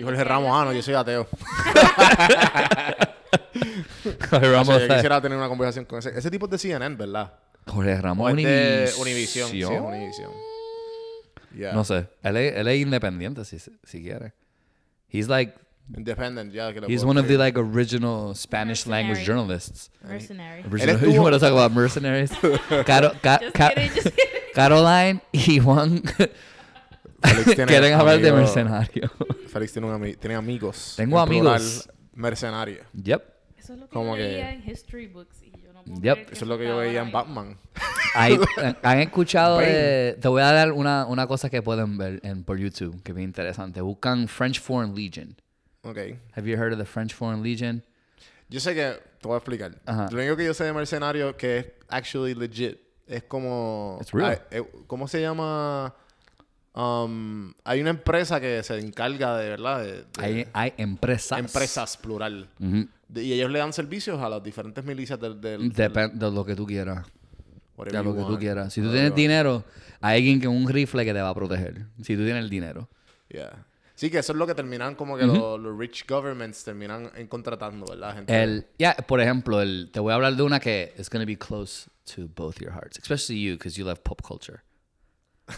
[SPEAKER 1] Y
[SPEAKER 5] lo
[SPEAKER 1] Jorge
[SPEAKER 5] que él
[SPEAKER 1] Ramos, ah, no,
[SPEAKER 5] hacía-
[SPEAKER 1] yo soy ateo.
[SPEAKER 4] Jorge
[SPEAKER 1] O sea,
[SPEAKER 4] Ramos...
[SPEAKER 1] yo quisiera tener una conversación con ese. Ese tipo es de CNN, ¿verdad?
[SPEAKER 4] Jorge Ramos
[SPEAKER 1] O es de Univision.
[SPEAKER 4] Univision.
[SPEAKER 1] Sí, es Univision. Yeah.
[SPEAKER 4] No sé. Él es, él es independiente, si, si quiere. He's like...
[SPEAKER 1] Independent, ya. que le
[SPEAKER 4] He's
[SPEAKER 1] puedo
[SPEAKER 4] one of the,
[SPEAKER 1] decir.
[SPEAKER 4] like, original Spanish language
[SPEAKER 5] Mercenary.
[SPEAKER 4] journalists.
[SPEAKER 5] Mercenary.
[SPEAKER 4] Original-
[SPEAKER 1] estuvo-
[SPEAKER 4] You want to talk about mercenaries? Caro, ca-
[SPEAKER 5] Just
[SPEAKER 4] ca-
[SPEAKER 5] kidding, just kidding.
[SPEAKER 4] Caroline y Juan
[SPEAKER 1] Félix tiene
[SPEAKER 4] quieren hablar de
[SPEAKER 1] amigo-
[SPEAKER 4] mercenario.
[SPEAKER 1] Félix tiene, un ami- tiene amigos.
[SPEAKER 4] Tengo
[SPEAKER 1] en plural,
[SPEAKER 4] amigos.
[SPEAKER 1] mercenario.
[SPEAKER 4] Yep.
[SPEAKER 5] Eso es lo que
[SPEAKER 1] Como
[SPEAKER 5] yo
[SPEAKER 1] que-
[SPEAKER 5] veía en history books y yo no puedo
[SPEAKER 4] Yep.
[SPEAKER 5] creer
[SPEAKER 1] Eso es lo que yo
[SPEAKER 5] estaba
[SPEAKER 1] veía en
[SPEAKER 5] ahora mismo.
[SPEAKER 1] Batman.
[SPEAKER 4] Hay- han- han escuchado
[SPEAKER 1] Bane.
[SPEAKER 4] de- Te voy a dar una, una cosa que pueden ver en, por YouTube, que es bien interesante. Buscan French Foreign Legion.
[SPEAKER 1] Ok.
[SPEAKER 4] Have you heard of the French Foreign Legion?
[SPEAKER 1] Yo sé que te voy a explicar.
[SPEAKER 4] Ajá.
[SPEAKER 1] Lo único que yo sé de Mercenario que es actually legit. Es como.
[SPEAKER 4] It's real.
[SPEAKER 1] Ay, eh, ¿Cómo se llama? Um, hay una empresa que se encarga de, ¿verdad? De, de-
[SPEAKER 4] Hay, hay empresas.
[SPEAKER 1] empresas, plural.
[SPEAKER 4] Ujú.
[SPEAKER 1] De- y ellos le dan servicios a las diferentes milicias del. del, del-
[SPEAKER 4] Depende de lo que tú quieras.
[SPEAKER 1] whatever
[SPEAKER 4] De lo
[SPEAKER 1] you
[SPEAKER 4] que tú
[SPEAKER 1] want.
[SPEAKER 4] quieras. Si tú
[SPEAKER 1] Whatever
[SPEAKER 4] tienes
[SPEAKER 1] you
[SPEAKER 4] dinero, hay alguien con un rifle que te va a proteger. Si tú tienes el dinero.
[SPEAKER 1] want. Yeah. Sí, que eso es lo que terminan como que los, los rich governments terminan en- contratando, ¿verdad? Gente
[SPEAKER 4] El, ya, por ejemplo, el, te voy a hablar de una que es going to be close to both your hearts, especially you, because you love pop culture.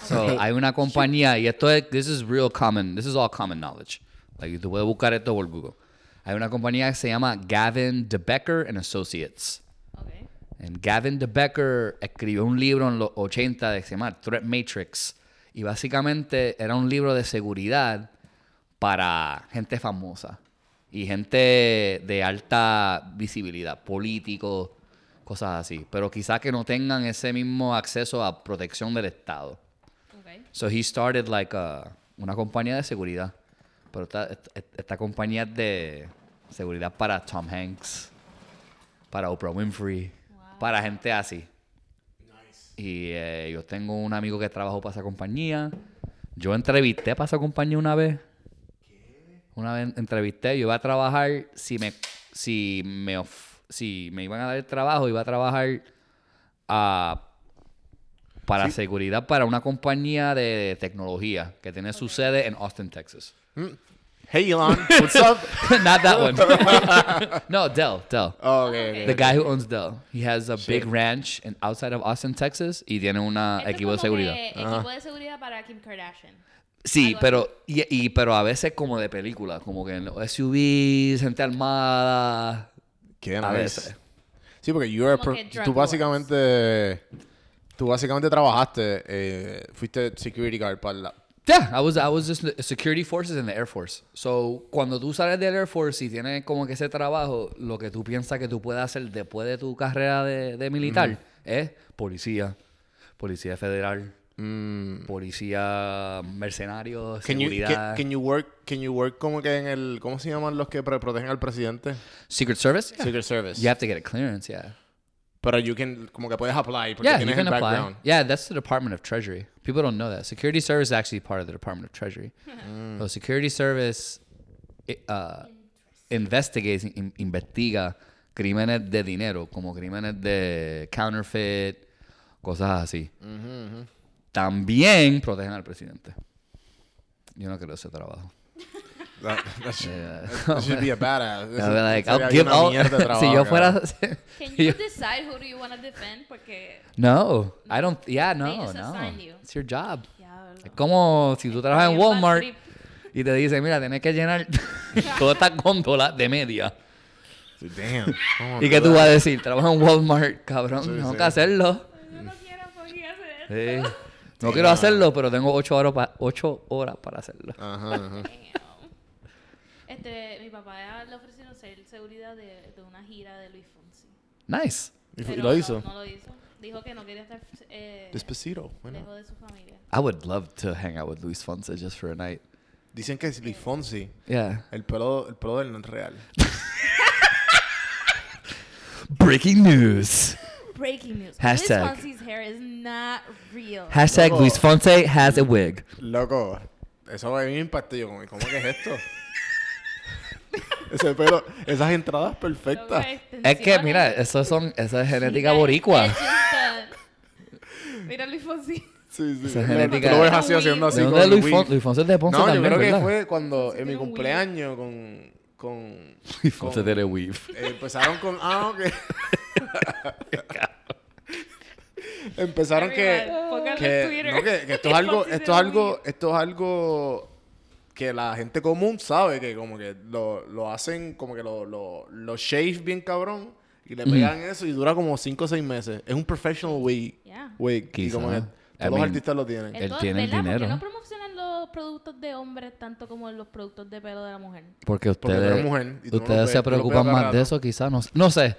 [SPEAKER 4] So, hay una compañía, y esto es, this is real common, this is all common knowledge. Like, tú puedes buscar esto por Google. Hay una compañía que se llama Gavin DeBecker and Associates.
[SPEAKER 5] Ok.
[SPEAKER 4] And Gavin DeBecker escribió un libro en los 80 de que se llama Threat Matrix. Y básicamente era un libro de seguridad para gente famosa y gente de alta visibilidad, políticos, cosas así. Pero quizás que no tengan ese mismo acceso a protección del Estado.
[SPEAKER 5] Ok.
[SPEAKER 4] So he started like a- una compañía de seguridad. Pero esta, esta- esta compañía es de seguridad para Tom Hanks, para Oprah Winfrey, para gente así. Y eh, yo tengo un amigo que trabajó para esa compañía. Yo entrevisté para esa compañía una vez. Una vez entrevisté, yo iba a trabajar, si me, si me, of- si me iban a dar el trabajo, iba a trabajar a para seguridad para una compañía de tecnología que tiene su sede en Austin, Texas.
[SPEAKER 1] Hey Elon, what's up?
[SPEAKER 4] Not that one. no, Dell, Dell.
[SPEAKER 1] Oh, okay, okay.
[SPEAKER 4] The guy who owns Dell. He has a big ranch in, outside of Austin, Texas y tiene
[SPEAKER 1] Ah,
[SPEAKER 4] una
[SPEAKER 5] Esto es
[SPEAKER 4] equipo de
[SPEAKER 5] como
[SPEAKER 4] seguridad.
[SPEAKER 5] que Equipo de seguridad para Kim Kardashian.
[SPEAKER 4] Sí,
[SPEAKER 5] Algo
[SPEAKER 4] pero y, y- pero a veces como de película, como que en los SUVs, gente armada.
[SPEAKER 1] Qué
[SPEAKER 4] A
[SPEAKER 1] nice.
[SPEAKER 4] veces.
[SPEAKER 1] Sí, porque you are
[SPEAKER 5] Como
[SPEAKER 1] pro-
[SPEAKER 5] que drug
[SPEAKER 1] tú básicamente tú básicamente trabajaste eh, fuiste security guard para la
[SPEAKER 4] Yeah, I was I was just in the security forces in the Air Force. So, cuando tú sales del Air Force y tienes como que ese trabajo, lo que tú piensas que tú puedes hacer después de tu carrera de, de militar es policía, policía federal, policía mercenario,
[SPEAKER 1] Mm. can you,
[SPEAKER 4] seguridad,
[SPEAKER 1] can, can you work can you work como que en el cómo se llaman los que pre- protegen al presidente
[SPEAKER 4] Secret Service. Yeah.
[SPEAKER 1] secret service
[SPEAKER 4] You have to get a clearance, yeah.
[SPEAKER 1] pero you can como que puedes apply porque
[SPEAKER 4] Yeah, you
[SPEAKER 1] tienes
[SPEAKER 4] can
[SPEAKER 1] el
[SPEAKER 4] apply.
[SPEAKER 1] background
[SPEAKER 4] Yeah, that's the Department of Treasury. People don't know that. Security Service is actually part of the Department of Treasury.
[SPEAKER 1] Mm.
[SPEAKER 4] So Security Service i- uh, investigates, in- investiga crímenes de dinero, como crímenes de counterfeit, cosas así.
[SPEAKER 1] Mm-hmm,
[SPEAKER 4] También protegen al presidente. Yo no quiero ese trabajo.
[SPEAKER 1] That- that should,
[SPEAKER 4] Yeah.
[SPEAKER 1] that should be a badass
[SPEAKER 4] I'll be like,
[SPEAKER 1] Sería
[SPEAKER 4] I'll give
[SPEAKER 1] una
[SPEAKER 4] all-
[SPEAKER 1] mierda de
[SPEAKER 4] si
[SPEAKER 1] trabajo,
[SPEAKER 4] yo fuera...
[SPEAKER 1] cabrón.
[SPEAKER 5] Can
[SPEAKER 4] si
[SPEAKER 5] you
[SPEAKER 4] yo-
[SPEAKER 5] decide who do you want to defend? Porque.
[SPEAKER 4] no, I don't... Yeah, no,
[SPEAKER 5] just
[SPEAKER 4] no.
[SPEAKER 5] assign you.
[SPEAKER 4] It's your job.
[SPEAKER 5] Diablo.
[SPEAKER 4] Es como si tú trabajas en
[SPEAKER 5] bien bad
[SPEAKER 4] Walmart
[SPEAKER 5] trip.
[SPEAKER 4] y te dicen, mira, tienes que llenar toda esta góndola de media.
[SPEAKER 1] damn ¿Cómo
[SPEAKER 4] ¿Y qué tú vas a decir? Trabajo en Walmart, cabrón.
[SPEAKER 1] Sí,
[SPEAKER 4] tengo
[SPEAKER 1] sí.
[SPEAKER 4] que hacerlo.
[SPEAKER 5] Yo no quiero porque hacer.
[SPEAKER 4] Sí. No Ah. quiero hacerlo, pero tengo ocho horas, pa- ocho horas para hacerlo.
[SPEAKER 1] ajá, ajá.
[SPEAKER 5] Damn. Este, mi papá le ofrecieron ser seguridad de, de una gira de Luis Fonsi.
[SPEAKER 4] Nice.
[SPEAKER 1] y fu-
[SPEAKER 5] Pero
[SPEAKER 1] y lo hizo
[SPEAKER 5] No, no lo hizo. Dijo que no quería estar eh,
[SPEAKER 1] Despacito why not?
[SPEAKER 5] lejos de su familia.
[SPEAKER 4] I would love to hang out with Luis Fonsi just for a night.
[SPEAKER 1] dicen que es Luis Fonsi
[SPEAKER 4] Yeah.
[SPEAKER 1] el pelo el pelo del no es real
[SPEAKER 4] Breaking news.
[SPEAKER 5] Breaking news.
[SPEAKER 4] Hashtag.
[SPEAKER 5] Luis Fonsi's hair is not real.
[SPEAKER 4] Hashtag
[SPEAKER 1] Loco.
[SPEAKER 4] Luis Fonsi has a wig.
[SPEAKER 1] Loco, eso va a venir impactillo. ¿Cómo cómo que es esto? Ese pelo, esas entradas perfectas.
[SPEAKER 4] Es que, mira, eso, son, esa es genética boricua.
[SPEAKER 5] Mira Luis Fonsi.
[SPEAKER 1] Sí, sí.
[SPEAKER 4] Esa
[SPEAKER 1] Lo-
[SPEAKER 4] genética-
[SPEAKER 1] Tú lo ves así haciendo así
[SPEAKER 4] ¿De
[SPEAKER 1] con
[SPEAKER 4] dónde es Luis,
[SPEAKER 1] Luis.
[SPEAKER 4] Fon- Luis Fonsi es de Ponce
[SPEAKER 1] No,
[SPEAKER 4] también,
[SPEAKER 1] yo creo
[SPEAKER 4] ¿verdad?
[SPEAKER 1] que fue cuando en mi
[SPEAKER 5] tiene un
[SPEAKER 1] cumpleaños con con
[SPEAKER 4] Luis Fonsi
[SPEAKER 1] con-
[SPEAKER 4] tiene weave.
[SPEAKER 1] eh, empezaron con ah ok. empezaron que
[SPEAKER 5] Everyone, póngalo en
[SPEAKER 1] que,
[SPEAKER 5] Twitter.
[SPEAKER 1] no, que- que esto es
[SPEAKER 5] Luis
[SPEAKER 1] algo,
[SPEAKER 5] Fonsi
[SPEAKER 1] esto
[SPEAKER 5] de
[SPEAKER 1] es algo,
[SPEAKER 5] Luis.
[SPEAKER 1] esto es algo que la gente común sabe que como que lo, lo hacen, como que lo, lo, lo shave bien cabrón y le pegan eso y dura como 5 o 6 meses. Es un professional wig.
[SPEAKER 5] Yeah.
[SPEAKER 1] wig, y como que
[SPEAKER 4] Quizá.
[SPEAKER 1] todos
[SPEAKER 4] I
[SPEAKER 1] los
[SPEAKER 4] mean,
[SPEAKER 1] artistas lo tienen.
[SPEAKER 4] Él tiene el
[SPEAKER 5] ¿verdad? ¿Por qué
[SPEAKER 4] dinero.
[SPEAKER 5] no promocionan los productos de hombres tanto como los productos de pelo de la mujer?
[SPEAKER 4] Porque
[SPEAKER 1] Porque tú
[SPEAKER 4] ustedes,
[SPEAKER 1] eres mujer y tú no lo
[SPEAKER 4] ustedes
[SPEAKER 1] ves,
[SPEAKER 4] se
[SPEAKER 1] tú lo ves
[SPEAKER 4] preocupan
[SPEAKER 1] cada
[SPEAKER 4] más de
[SPEAKER 1] rato.
[SPEAKER 4] eso, quizás. No, no sé.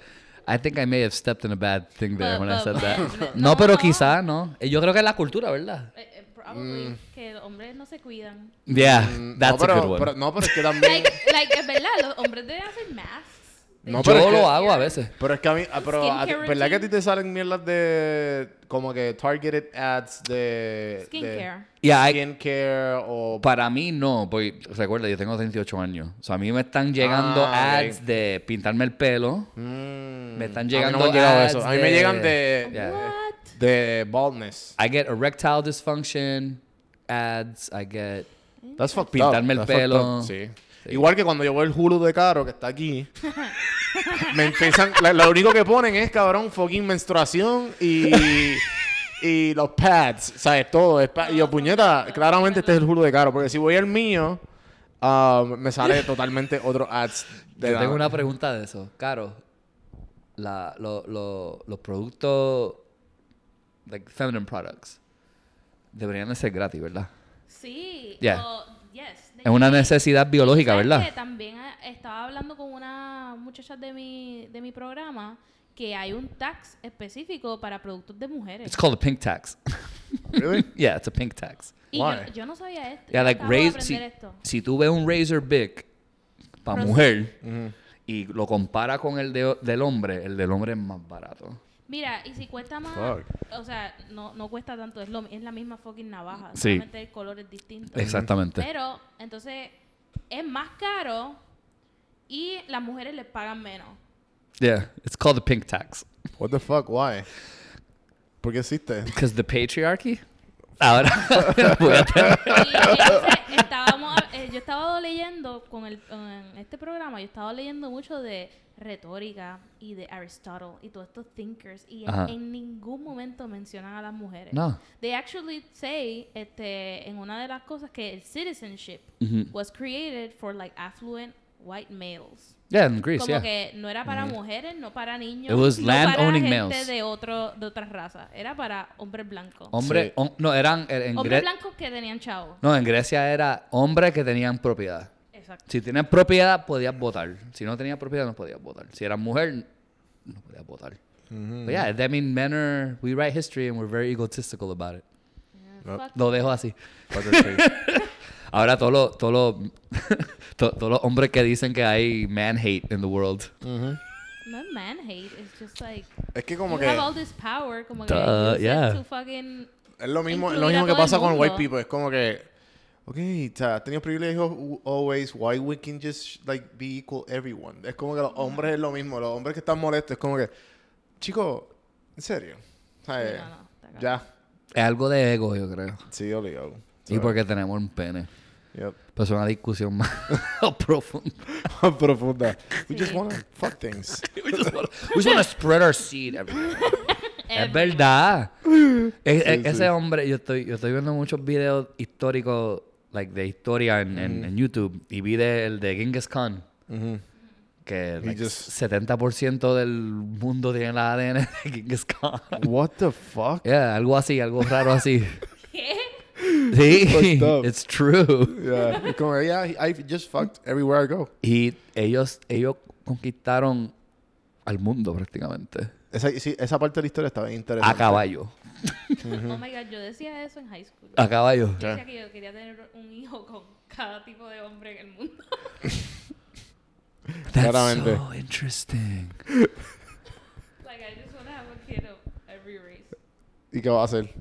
[SPEAKER 4] I think I may have stepped in a bad thing there
[SPEAKER 5] But-
[SPEAKER 4] when I
[SPEAKER 5] but-
[SPEAKER 4] said that.
[SPEAKER 5] but-
[SPEAKER 4] No,
[SPEAKER 5] no,
[SPEAKER 4] pero
[SPEAKER 5] no.
[SPEAKER 4] quizás, ¿no? Eh, Yo creo que es la cultura, ¿verdad?
[SPEAKER 5] Eh, eh, probably que los hombres no se cuidan.
[SPEAKER 4] Yeah,
[SPEAKER 1] Mm,
[SPEAKER 4] that's
[SPEAKER 1] no, pero,
[SPEAKER 4] a good one.
[SPEAKER 1] pero- no, pero es que también
[SPEAKER 5] Like, like, es verdad, los hombres deben hacer masks.
[SPEAKER 1] No,
[SPEAKER 4] Yo
[SPEAKER 1] pero es
[SPEAKER 4] lo
[SPEAKER 1] que-
[SPEAKER 4] hago a veces.
[SPEAKER 1] Pero es que a mí, ah, pero, a-
[SPEAKER 5] Skincare
[SPEAKER 1] ¿verdad que a ti
[SPEAKER 5] routine.
[SPEAKER 1] te salen mierdas de como que targeted ads de
[SPEAKER 5] Skincare.
[SPEAKER 4] Y
[SPEAKER 1] de
[SPEAKER 4] hay-
[SPEAKER 1] skincare o
[SPEAKER 4] para mí no, porque recuerda, yo tengo 38 años. O sea, a mí me están llegando
[SPEAKER 1] Ah, ok.
[SPEAKER 4] ads de pintarme el pelo.
[SPEAKER 1] Mm.
[SPEAKER 4] Me
[SPEAKER 1] A
[SPEAKER 4] están
[SPEAKER 1] mí
[SPEAKER 4] llegando
[SPEAKER 1] no me han llegado
[SPEAKER 4] ads
[SPEAKER 1] eso. A mí me
[SPEAKER 4] de-
[SPEAKER 1] llegan de
[SPEAKER 4] Yeah.
[SPEAKER 5] What?
[SPEAKER 1] de baldness.
[SPEAKER 4] I get erectile dysfunction ads. I get.
[SPEAKER 1] That's fucked
[SPEAKER 4] Pintarme el
[SPEAKER 1] up. That's fucked
[SPEAKER 4] pelo.
[SPEAKER 1] up. Sí. Igual que cuando yo veo el Hulu de Caro, que está aquí, me empiezan. la- lo único que ponen es, cabrón, fucking menstruación y. y los pads, ¿sabes? Todo. es pa- y yo, puñeta, claramente este es el Hulu de Caro, porque si voy al mío, ah, me sale totalmente otro ads. De
[SPEAKER 4] Yo
[SPEAKER 1] la-
[SPEAKER 4] tengo una pregunta de eso. Caro, la- lo- lo- los productos. Like feminine products. Deberían de ser gratis, ¿verdad?
[SPEAKER 5] Sí.
[SPEAKER 4] Yeah.
[SPEAKER 5] o- yes,
[SPEAKER 4] Es una
[SPEAKER 5] they-
[SPEAKER 4] necesidad biológica,
[SPEAKER 5] ¿Sabes
[SPEAKER 4] ¿verdad?
[SPEAKER 5] qué? También eh, estaba hablando con una muchacha de mi, de mi programa que hay un tax específico para productos de mujeres.
[SPEAKER 4] It's called a pink tax.
[SPEAKER 1] Really?
[SPEAKER 4] yeah, it's a pink tax.
[SPEAKER 5] Y yo,
[SPEAKER 1] Why?
[SPEAKER 5] yo no sabía esto.
[SPEAKER 4] Yeah,
[SPEAKER 5] yo
[SPEAKER 4] like
[SPEAKER 5] acabo de
[SPEAKER 4] raise, si,
[SPEAKER 5] aprender esto.
[SPEAKER 4] si tú ves un razor big para
[SPEAKER 5] Pero-
[SPEAKER 4] mujer y lo compara con el de- del hombre, el del hombre es más barato.
[SPEAKER 5] Mira, y si cuesta más,
[SPEAKER 1] Fuck.
[SPEAKER 5] o sea, no, no cuesta tanto, es, lo, es la misma fucking navaja,
[SPEAKER 4] Sí.
[SPEAKER 5] solamente el color es distinto.
[SPEAKER 4] Exactamente.
[SPEAKER 5] Pero, entonces, es más caro y las mujeres les pagan menos.
[SPEAKER 4] Yeah, it's called the pink tax.
[SPEAKER 1] What the fuck? Why? ¿Por qué existe?
[SPEAKER 4] Because the patriarchy. Ahora voy a tener-
[SPEAKER 5] Y entonces, estábamos, eh, yo estaba leyendo con el, en este programa, yo estaba leyendo mucho de retórica y de Aristotle y todos estos thinkers y en,
[SPEAKER 4] Ajá.
[SPEAKER 5] en ningún momento mencionan a las mujeres.
[SPEAKER 4] No.
[SPEAKER 5] They actually say este, en una de las cosas que el citizenship
[SPEAKER 4] Ujú.
[SPEAKER 5] was created for like affluent white males.
[SPEAKER 4] Yeah, in Greece,
[SPEAKER 5] Como
[SPEAKER 4] yeah.
[SPEAKER 5] que no era para mujeres, no para niños,
[SPEAKER 4] ah. It was
[SPEAKER 5] no para
[SPEAKER 4] land-owning
[SPEAKER 5] gente
[SPEAKER 4] males.
[SPEAKER 5] de otro de otras razas, era para hombres blancos.
[SPEAKER 4] Hombre,
[SPEAKER 1] Sí.
[SPEAKER 4] hom- no, eran en- en,
[SPEAKER 5] hombres
[SPEAKER 4] Gre-
[SPEAKER 5] blancos que tenían chavos.
[SPEAKER 4] no, en Grecia era hombres que tenían propiedad.
[SPEAKER 5] Exacto.
[SPEAKER 4] Si tenías propiedad, podías votar. Si no tenías propiedad, no podías votar. Si eras mujer, no podías votar. Pues But yeah, that mean men are, we write history and we're very egotistical about it.
[SPEAKER 5] Fuck.
[SPEAKER 4] Lo dejo así.
[SPEAKER 1] Fuck the shit.
[SPEAKER 4] Ahora todos los todos los to- todos los hombres que dicen que hay man hate in the world.
[SPEAKER 5] No es man hate, it's just like
[SPEAKER 1] es que
[SPEAKER 5] you
[SPEAKER 1] como que.
[SPEAKER 5] have all this power, como que
[SPEAKER 4] Duh,
[SPEAKER 5] you said
[SPEAKER 4] yeah.
[SPEAKER 5] to fucking
[SPEAKER 1] Es lo mismo, es lo
[SPEAKER 5] Incluir a
[SPEAKER 1] mismo que
[SPEAKER 5] todo el
[SPEAKER 1] pasa con
[SPEAKER 5] mundo.
[SPEAKER 1] white people. Es como que, ok, o sea, has tenido privilegios u- always. Why we can just like be equal everyone? Es como que los hombres es lo mismo. Los hombres que están molestos es como que, chico, en serio. O sea, eh,
[SPEAKER 5] Sí, no, no, está cabrón.
[SPEAKER 1] ya,
[SPEAKER 4] Es algo de ego, yo creo.
[SPEAKER 1] sí, obligado.
[SPEAKER 4] Y porque tenemos un pene.
[SPEAKER 1] Yep.
[SPEAKER 4] Pero es una discusión más profunda.
[SPEAKER 1] Profunda. We just
[SPEAKER 5] Sí.
[SPEAKER 1] wanna fuck things.
[SPEAKER 4] We just wanna- we just wanna spread our seed everywhere. Es
[SPEAKER 5] every-
[SPEAKER 4] verdad. Es- es-
[SPEAKER 1] Em, Sí, sí.
[SPEAKER 4] Ese hombre, yo estoy, yo estoy viendo muchos videos históricos, like de historia en, en- en YouTube, y vi de- el de Genghis Khan,
[SPEAKER 1] Ujú.
[SPEAKER 4] que
[SPEAKER 1] He
[SPEAKER 4] like,
[SPEAKER 1] just-
[SPEAKER 4] 70% del mundo tiene la ADN de Genghis Khan.
[SPEAKER 1] What the fuck?
[SPEAKER 4] Yeah, algo así, algo raro así.
[SPEAKER 5] ¿Qué?
[SPEAKER 4] Sí,
[SPEAKER 1] Fucked up.
[SPEAKER 4] it's true.
[SPEAKER 1] Yeah. Es como que, yeah, I just fucked everywhere I go.
[SPEAKER 4] Y ellos, ellos conquistaron al mundo prácticamente.
[SPEAKER 1] Esa, sí, esa parte de la historia está bien interesante.
[SPEAKER 4] A caballo.
[SPEAKER 5] Oh my god, yo decía eso en high school.
[SPEAKER 4] A caballo.
[SPEAKER 5] Yo decía que yo quería tener un hijo con cada tipo de hombre en el mundo.
[SPEAKER 4] That's
[SPEAKER 1] Claramente.
[SPEAKER 4] so interesting.
[SPEAKER 5] like I just wanna have a kid of every race.
[SPEAKER 1] ¿Y qué va a hacer?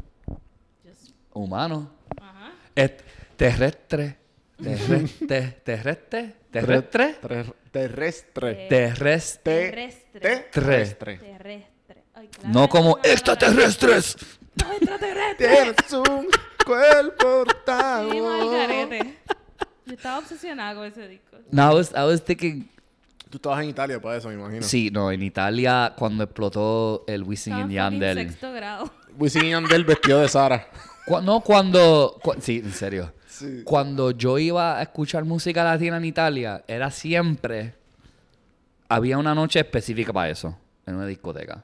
[SPEAKER 5] Just
[SPEAKER 4] Humano.
[SPEAKER 5] ajá.
[SPEAKER 4] Et- terrestre. Terrestre. Terrestre. Terrestre.
[SPEAKER 1] Ter- terrestre.
[SPEAKER 4] Terrestre.
[SPEAKER 1] Te-
[SPEAKER 5] Terrestre.
[SPEAKER 1] te-
[SPEAKER 4] Terrestre.
[SPEAKER 5] Terrestre. Ay, claro,
[SPEAKER 4] No como
[SPEAKER 5] es una palabra.
[SPEAKER 4] extraterrestres.
[SPEAKER 5] No, extraterrestre.
[SPEAKER 1] Tienes un cuerpo tan
[SPEAKER 5] Sí, mal carete. Yo estaba obsesionada con ese disco.
[SPEAKER 4] No, I was, I was thinking.
[SPEAKER 1] Tú estabas en Italia para eso, me imagino.
[SPEAKER 4] Sí, no, en Italia cuando explotó el Wisin
[SPEAKER 5] Estaba
[SPEAKER 4] y
[SPEAKER 5] fucking
[SPEAKER 4] Yandel.
[SPEAKER 5] sexto grado.
[SPEAKER 1] Wisin y Yandel vestido de Sara.
[SPEAKER 4] Cu- no, cuando. cu- sí, en serio.
[SPEAKER 1] Sí.
[SPEAKER 4] Cuando yo iba a escuchar música latina en Italia, era siempre. Había una noche específica para eso, en una discoteca.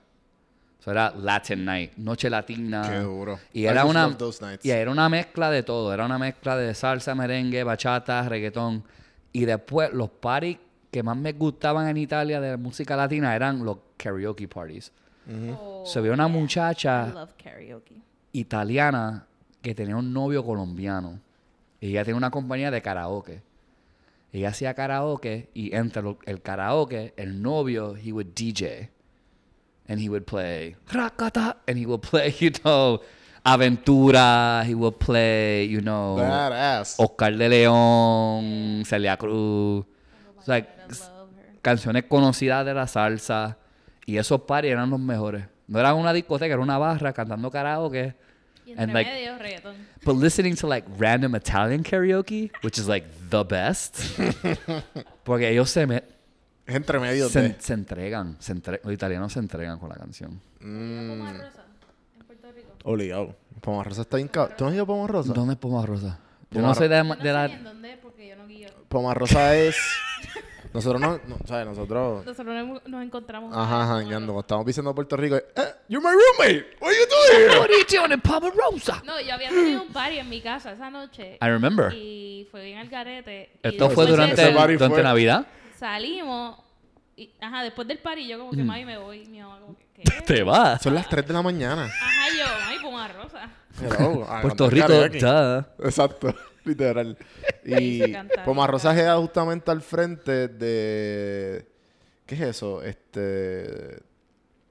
[SPEAKER 4] Eso era Latin Night, Noche Latina.
[SPEAKER 1] Qué duro.
[SPEAKER 4] Y
[SPEAKER 1] I
[SPEAKER 4] era
[SPEAKER 1] just
[SPEAKER 4] una,
[SPEAKER 1] love those nights.
[SPEAKER 4] y era una mezcla de todo. Era una mezcla de salsa, merengue, bachata, reggaetón. Y después, los parties que más me gustaban en Italia de música latina eran los karaoke parties.
[SPEAKER 5] Oh,
[SPEAKER 4] Se veía una
[SPEAKER 5] I
[SPEAKER 4] muchacha
[SPEAKER 5] love karaoke.
[SPEAKER 4] italiana que tenía un novio colombiano. Y ella tenía una compañía de karaoke. Ella hacía karaoke y entre lo- el karaoke, el novio, he would DJ. And he would play Rakata. And he would play, you know, Aventura. He would play, you
[SPEAKER 1] Oh.
[SPEAKER 4] know,
[SPEAKER 1] Badass.
[SPEAKER 4] Oscar de León, Celia Cruz. It's like, s- canciones conocidas de la salsa. Y esos parties eran los mejores. No era una discoteca, era una barra cantando karaoke.
[SPEAKER 5] Y entre
[SPEAKER 4] And, like-
[SPEAKER 5] medio,
[SPEAKER 1] Mm.
[SPEAKER 5] reggaetón.
[SPEAKER 4] But listening to like random Italian karaoke, which is like the best. Porque ellos se, me,
[SPEAKER 1] Es entre medio
[SPEAKER 4] se,
[SPEAKER 1] de.
[SPEAKER 4] se entregan. se entre- los italianos se entregan con la canción.
[SPEAKER 5] Pomar Rosa, en Puerto Rico.
[SPEAKER 1] Obligado. Pomarrosa está bien cab- ¿Tú no has ido a Pomarrosa?
[SPEAKER 4] ¿Dónde es Poma Rosa? Yo
[SPEAKER 1] Poma
[SPEAKER 4] no soy de,
[SPEAKER 5] No
[SPEAKER 4] ma- de
[SPEAKER 5] sé
[SPEAKER 4] la.
[SPEAKER 5] ni en dónde es porque yo no guío.
[SPEAKER 1] Pomarrosa es. Nosotros no. no ¿Sabes? Nosotros.
[SPEAKER 5] Nosotros nos- nos encontramos.
[SPEAKER 1] Ajá, ajá, ñando. Cuando estamos pisando Puerto Rico. Eh, you're my roommate. What are you doing here?
[SPEAKER 4] What are you doing in Poma Rosa?
[SPEAKER 5] No, yo había tenido un party en mi casa esa noche.
[SPEAKER 4] I remember.
[SPEAKER 5] Y fue bien al garete. y
[SPEAKER 4] Esto
[SPEAKER 5] después
[SPEAKER 4] fue
[SPEAKER 5] de
[SPEAKER 4] durante,
[SPEAKER 5] eso
[SPEAKER 1] Ese party
[SPEAKER 4] el- durante
[SPEAKER 1] fue-
[SPEAKER 4] Navidad.
[SPEAKER 5] Salimos. y- ajá, después del party yo como que, mami, me voy. Y Mi mamá como que, ¿qué?
[SPEAKER 4] Mm. Te vas.
[SPEAKER 1] Son las 3 de la mañana.
[SPEAKER 5] Ajá, yo, mami, Puma
[SPEAKER 1] Mm.
[SPEAKER 5] Rosa.
[SPEAKER 1] Hello, a
[SPEAKER 4] Puerto
[SPEAKER 1] cantar
[SPEAKER 4] Rico,
[SPEAKER 1] karaoke.
[SPEAKER 4] duh.
[SPEAKER 1] Exacto, literal.
[SPEAKER 5] Ahí se
[SPEAKER 1] Y
[SPEAKER 5] canta.
[SPEAKER 1] Pomarrosa queda justamente al frente de. ¿Qué es eso? Este.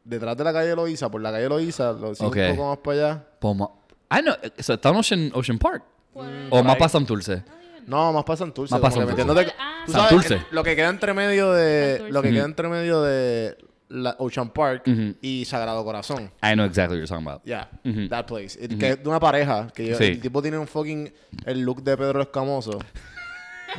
[SPEAKER 1] Detrás de la calle Loíza, por la calle Loíza, lo sigo
[SPEAKER 4] Ok.
[SPEAKER 1] un poco más para allá.
[SPEAKER 4] Poma. I know. So, está en Ocean, Ocean Park.
[SPEAKER 5] Bueno,
[SPEAKER 4] O Mapa Santurce.
[SPEAKER 1] No, más para Santurce.
[SPEAKER 4] Más para
[SPEAKER 1] como que
[SPEAKER 4] Santurce.
[SPEAKER 1] metiéndote-
[SPEAKER 5] Ah.
[SPEAKER 1] tú sabes,
[SPEAKER 4] Santurce.
[SPEAKER 1] Lo que queda entre medio de.
[SPEAKER 5] Santurce.
[SPEAKER 1] Lo que queda
[SPEAKER 4] Ujú.
[SPEAKER 1] entre medio de la Ocean Park
[SPEAKER 4] Ujú.
[SPEAKER 1] y Sagrado Corazón.
[SPEAKER 4] I know exactly what you're talking about.
[SPEAKER 1] Yeah,
[SPEAKER 4] Ujú.
[SPEAKER 1] that place. It- Que es de una pareja. Que yo-
[SPEAKER 4] Sí.
[SPEAKER 1] El tipo tiene un fucking. El look de Pedro Escamoso.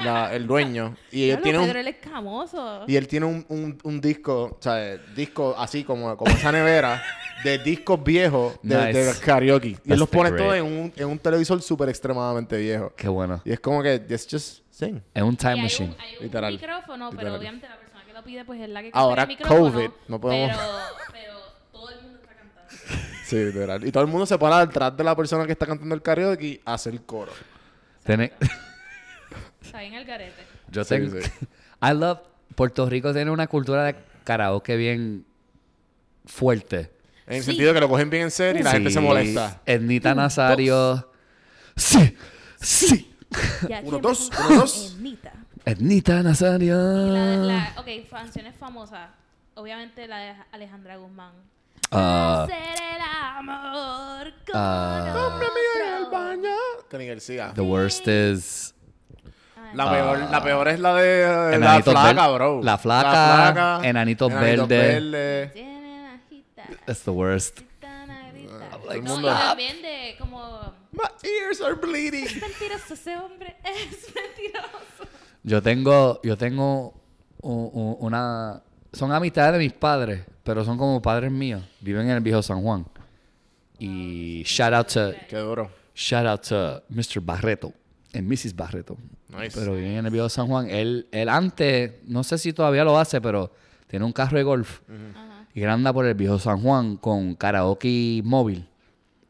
[SPEAKER 1] la- el dueño. Y él
[SPEAKER 5] Diablo,
[SPEAKER 1] tiene un.
[SPEAKER 5] Pedro el escamoso.
[SPEAKER 1] Y él tiene un, un, un disco, o sea, eh, disco así como, como esa nevera de discos viejos de,
[SPEAKER 4] Nice.
[SPEAKER 1] de karaoke. Y él
[SPEAKER 4] That's
[SPEAKER 1] los pone
[SPEAKER 4] great.
[SPEAKER 1] todos en un, en un televisor súper extremadamente viejo.
[SPEAKER 4] Qué bueno.
[SPEAKER 1] Y es como que, it's just sing.
[SPEAKER 4] Es un
[SPEAKER 5] Y
[SPEAKER 4] time
[SPEAKER 5] hay un-
[SPEAKER 4] machine.
[SPEAKER 5] Hay un,
[SPEAKER 1] Literal.
[SPEAKER 5] micrófono,
[SPEAKER 1] Literal.
[SPEAKER 5] pero obviamente la persona que lo pide pues es la que
[SPEAKER 1] Ahora,
[SPEAKER 5] el micrófono.
[SPEAKER 1] COVID, no podemos-
[SPEAKER 5] Pero, pero todo el mundo está cantando.
[SPEAKER 1] Sí, de verdad. Y todo el mundo se para detrás de la persona que está cantando el karaoke y hace el coro.
[SPEAKER 4] Tiene-
[SPEAKER 5] Está bien el garete.
[SPEAKER 4] Yo
[SPEAKER 1] Sí,
[SPEAKER 4] tengo.
[SPEAKER 1] sí.
[SPEAKER 4] I love. Puerto Rico tiene una cultura de karaoke bien fuerte.
[SPEAKER 1] En el
[SPEAKER 5] Sí.
[SPEAKER 1] sentido que lo cogen bien en serio y la gente se
[SPEAKER 4] Sí,
[SPEAKER 1] molesta.
[SPEAKER 4] Ednita Nazario. Sí, sí.
[SPEAKER 1] Uno, dos, uno, dos.
[SPEAKER 4] Ednita Nazario.
[SPEAKER 5] Y la, la, ok, canciones famosas. Obviamente la de Alejandra Guzmán.
[SPEAKER 4] Ah.
[SPEAKER 5] Hacer el amor con
[SPEAKER 4] Ah.
[SPEAKER 1] Hombre mío en el
[SPEAKER 5] otro.
[SPEAKER 1] baño. Kenny García.
[SPEAKER 4] The worst is.
[SPEAKER 5] Ay,
[SPEAKER 1] La peor, la peor es la de eh, la
[SPEAKER 4] Ah. Enanitos
[SPEAKER 1] flaca,
[SPEAKER 4] Ver-
[SPEAKER 1] bro.
[SPEAKER 4] La Flaca, Enanitos Verdes.
[SPEAKER 1] Verdes.
[SPEAKER 5] Tiene bajita,
[SPEAKER 4] That's the worst.
[SPEAKER 5] gitana,
[SPEAKER 4] Ah,
[SPEAKER 5] grita.
[SPEAKER 1] like,
[SPEAKER 5] no, y
[SPEAKER 1] mundo-
[SPEAKER 5] también de como...
[SPEAKER 1] My ears are bleeding.
[SPEAKER 5] Mentiroso ese hombre, es mentiroso.
[SPEAKER 4] Yo tengo. Yo tengo u- u- una. Son amistades de mis padres, pero son como padres míos. Viven en el viejo San Juan. Y shout out to
[SPEAKER 1] Qué duro.
[SPEAKER 4] Shout out to Mr. Barreto and Mrs. Barreto.
[SPEAKER 1] Nice.
[SPEAKER 4] Pero viven en el viejo San Juan. Él, él antes, no sé si todavía lo hace, pero tiene un carro de golf. Y él anda por el viejo San Juan con karaoke móvil,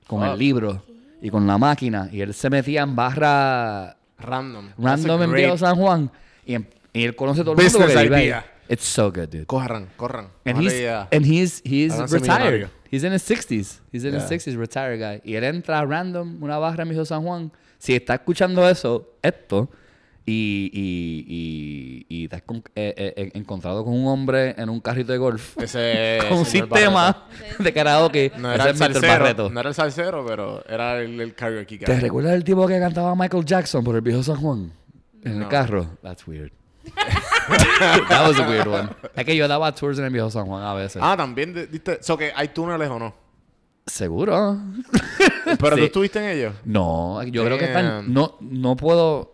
[SPEAKER 4] con
[SPEAKER 1] Fuck.
[SPEAKER 4] el libro y con la máquina. Y él se metía en barra
[SPEAKER 1] Random.
[SPEAKER 4] random en viejo San Juan. Y, en- y él conoce todo el mundo.
[SPEAKER 1] Business
[SPEAKER 4] porque vive ahí.
[SPEAKER 1] idea.
[SPEAKER 4] It's so good, dude.
[SPEAKER 1] Corran, corran.
[SPEAKER 4] And
[SPEAKER 1] Ojalá
[SPEAKER 4] he's,
[SPEAKER 1] ya.
[SPEAKER 4] and he's he's
[SPEAKER 1] Háganse
[SPEAKER 4] retired.
[SPEAKER 1] millonario.
[SPEAKER 4] He's in his 60s. He's in
[SPEAKER 1] Yeah.
[SPEAKER 4] his 60s, retired guy. Y él entra random, una barra en mi hijo San Juan. Si está escuchando eso, esto, y, y, y, y te has con- eh, eh, eh, encontrado con un hombre en un carrito de golf
[SPEAKER 1] Ese
[SPEAKER 4] con un
[SPEAKER 1] Eh, señor
[SPEAKER 4] sistema
[SPEAKER 5] Barreto.
[SPEAKER 4] de karaoke.
[SPEAKER 1] Barreto. No
[SPEAKER 4] Ese
[SPEAKER 1] era el
[SPEAKER 4] es Mr.
[SPEAKER 1] salsero.
[SPEAKER 4] Barreto.
[SPEAKER 1] No era el salsero, pero era el, el karaoke guy.
[SPEAKER 4] ¿Te recuerdas el tipo que cantaba Michael Jackson por el viejo San Juan? En el
[SPEAKER 1] No.
[SPEAKER 4] carro. That's weird. That was a weird one. Es que yo daba tours en el viejo San Juan a veces.
[SPEAKER 1] Ah, también de- diste. So que hay túneles o no.
[SPEAKER 4] Seguro.
[SPEAKER 1] Pero
[SPEAKER 4] Sí.
[SPEAKER 1] tú estuviste en ellos.
[SPEAKER 4] No, yo creo que
[SPEAKER 1] Damn.
[SPEAKER 4] están. No, no puedo.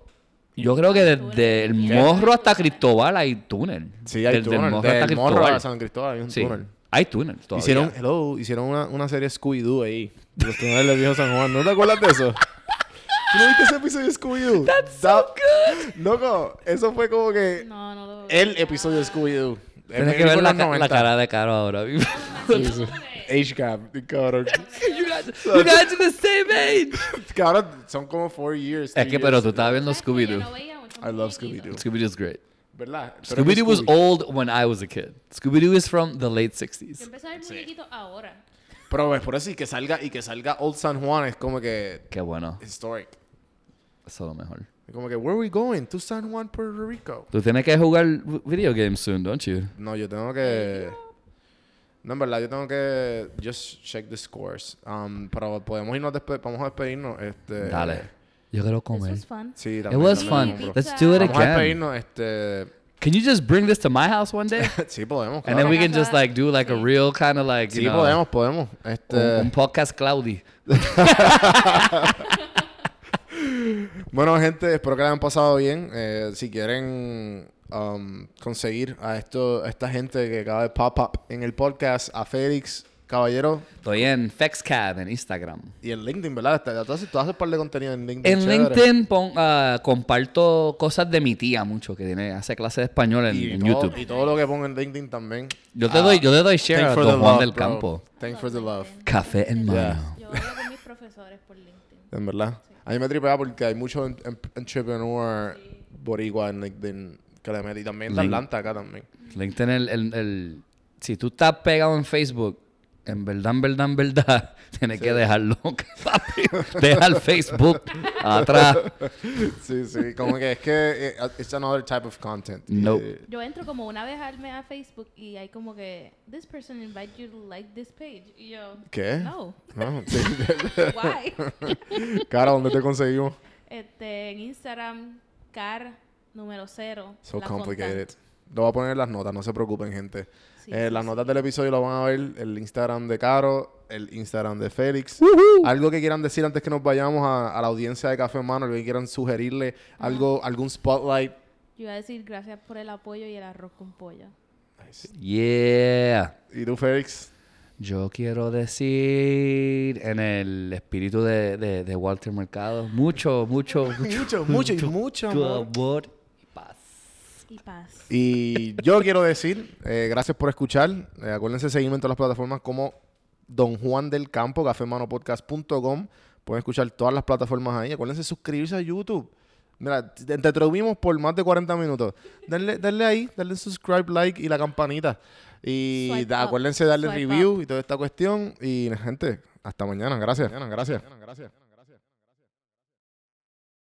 [SPEAKER 4] Yo creo que desde el morro hasta Cristóbal hay túnel.
[SPEAKER 1] Sí, hay
[SPEAKER 4] Desde el
[SPEAKER 1] túneles.
[SPEAKER 4] Morro
[SPEAKER 1] Del
[SPEAKER 4] hasta
[SPEAKER 1] morro
[SPEAKER 4] Cristóbal.
[SPEAKER 1] a San Cristóbal hay un
[SPEAKER 4] Sí,
[SPEAKER 1] túnel.
[SPEAKER 4] hay túnel todavía.
[SPEAKER 1] Hicieron, hello, hicieron una, una serie Scooby-Doo ahí. de Los túneles del viejo San Juan. ¿No te acuerdas de eso? ¿Tú no viste ese episodio de Scooby-Doo? That's so good. Loco, eso fue como que
[SPEAKER 5] No, no lo
[SPEAKER 1] el episodio de Scooby-Doo.
[SPEAKER 4] Tienes que ver la, ca- la cara de Caro ahora. mismo.
[SPEAKER 1] Age Gap, cabrón.
[SPEAKER 4] you guys you guys are the same age.
[SPEAKER 1] Cabrón, son como 4 years.
[SPEAKER 4] Es
[SPEAKER 1] three
[SPEAKER 4] que, pero
[SPEAKER 1] years.
[SPEAKER 4] tú estabas viendo
[SPEAKER 5] ¿Sabes que yo
[SPEAKER 4] Scooby-Doo.
[SPEAKER 5] no veía mucho
[SPEAKER 1] I love
[SPEAKER 5] muñequito?
[SPEAKER 1] Scooby-Doo.
[SPEAKER 4] Scooby-Doo's great.
[SPEAKER 1] ¿Verdad? Pero
[SPEAKER 4] Scooby-Doo was
[SPEAKER 1] Scooby-
[SPEAKER 4] old when I was a kid. Scooby-Doo is from the late
[SPEAKER 5] Yo
[SPEAKER 4] 60s.
[SPEAKER 5] empecé a ver muñequitos ahora.
[SPEAKER 1] Pero ves, por eso y que salga, y que salga Old San Juan es como que
[SPEAKER 4] Qué bueno.
[SPEAKER 1] historic.
[SPEAKER 4] Eso es lo mejor.
[SPEAKER 1] Como que, where are we going? To San Juan, Puerto Rico.
[SPEAKER 4] Tú tienes que jugar video games soon, don't you?
[SPEAKER 1] No, yo tengo que. No, en verdad, yo tengo que. Just check the scores. Um, pero podemos irnos despe Vamos a despedirnos. Este,
[SPEAKER 4] Dale. Yo quiero
[SPEAKER 5] This
[SPEAKER 4] comer.
[SPEAKER 5] was fun.
[SPEAKER 1] Sí,
[SPEAKER 4] It
[SPEAKER 1] también,
[SPEAKER 4] was
[SPEAKER 1] también
[SPEAKER 4] fun.
[SPEAKER 1] compro.
[SPEAKER 4] Let's do it
[SPEAKER 1] Vamos a
[SPEAKER 4] again.
[SPEAKER 1] despedirnos. Este,
[SPEAKER 4] Can you just bring this to my house one day?
[SPEAKER 1] sí, podemos.
[SPEAKER 4] And
[SPEAKER 1] claro.
[SPEAKER 4] then we can just like do like a
[SPEAKER 5] Sí.
[SPEAKER 4] real kind of like, you
[SPEAKER 1] Sí,
[SPEAKER 4] know,
[SPEAKER 1] podemos, podemos. Este,
[SPEAKER 4] un, un podcast cloudy.
[SPEAKER 1] Bueno, gente, espero que la hayan pasado bien. Eh, si quieren um, conseguir a esto, a esta gente que acaba de pop up en el podcast, a Félix Caballero
[SPEAKER 4] Estoy en FexCab en Instagram.
[SPEAKER 1] y en LinkedIn, ¿verdad? Está- Tú haces, tú haces par de contenido en LinkedIn.
[SPEAKER 4] En
[SPEAKER 1] chévere.
[SPEAKER 4] LinkedIn pon- ah, comparto cosas de mi tía mucho, que tiene, hace clase de español en,
[SPEAKER 1] Y,
[SPEAKER 4] en
[SPEAKER 1] todo, y
[SPEAKER 4] YouTube.
[SPEAKER 1] todo lo que pongo en LinkedIn también.
[SPEAKER 4] Yo te doy, yo te doy share a
[SPEAKER 1] Thanks for
[SPEAKER 4] Don
[SPEAKER 1] the
[SPEAKER 4] Juan
[SPEAKER 1] love,
[SPEAKER 4] del
[SPEAKER 1] bro.
[SPEAKER 4] Campo.
[SPEAKER 1] Thanks for the love.
[SPEAKER 4] Café en mano.
[SPEAKER 1] Yeah.
[SPEAKER 5] Yo hablo con mis profesores por LinkedIn.
[SPEAKER 1] En verdad. A mí me tripea porque hay muchos en- en- entrepreneur boricua en LinkedIn que le metí. También de
[SPEAKER 4] Link-
[SPEAKER 1] Atlanta acá también.
[SPEAKER 4] LinkedIn, el, el- el- si tú estás pegado en Facebook, en verdad, en verdad, en verdad, tienes que dejarlo. papi. Deja el Facebook atrás.
[SPEAKER 1] Sí, sí. Como que es que eh, it's another type of content.
[SPEAKER 4] Nope.
[SPEAKER 1] Eh,
[SPEAKER 5] Yo entro como una vez al mes a Facebook y hay como que, this person invited you to like this page. Y yo,
[SPEAKER 1] ¿Qué?
[SPEAKER 5] no,
[SPEAKER 1] No, sí.
[SPEAKER 5] why?
[SPEAKER 1] Cara, ¿dónde te conseguimos?
[SPEAKER 5] este, en Instagram, car número cero.
[SPEAKER 1] So
[SPEAKER 5] La
[SPEAKER 1] complicated. Lo voy a poner en las notas, no se preocupen, gente.
[SPEAKER 5] Fontán. Sí,
[SPEAKER 1] Eh,
[SPEAKER 5] sí,
[SPEAKER 1] las
[SPEAKER 5] sí.
[SPEAKER 1] notas del episodio lo van a ver el Instagram de Caro, el Instagram de Félix. Algo que quieran decir antes que nos vayamos a, a la audiencia de Café Mano, algo que quieran sugerirle, algo, algún spotlight.
[SPEAKER 5] Yo iba a decir gracias por el apoyo y el arroz con pollo.
[SPEAKER 4] Yeah.
[SPEAKER 1] ¿Y tú, Félix?
[SPEAKER 4] Yo quiero decir, en el espíritu de, de- de Walter Mercado, mucho, mucho,
[SPEAKER 1] Mucho, mucho y mucho
[SPEAKER 4] tu
[SPEAKER 1] amor.
[SPEAKER 4] amor y paz.
[SPEAKER 5] Y paz.
[SPEAKER 1] Y yo quiero decir, eh, gracias por escuchar. Eh, acuérdense de seguirme en todas las plataformas como Don Juan del Campo, cafemanopodcast.com. Pueden escuchar todas las plataformas ahí. Acuérdense de suscribirse a YouTube. Mira, te te atrevimos por más de 40 minutos. Denle, denle ahí, denle subscribe, like y la campanita. Y
[SPEAKER 5] Swipe
[SPEAKER 1] da-
[SPEAKER 5] up,
[SPEAKER 1] acuérdense de darle
[SPEAKER 5] swipe
[SPEAKER 1] review y toda esta cuestión. Y gente, hasta mañana. Gracias. Gracias. gracias.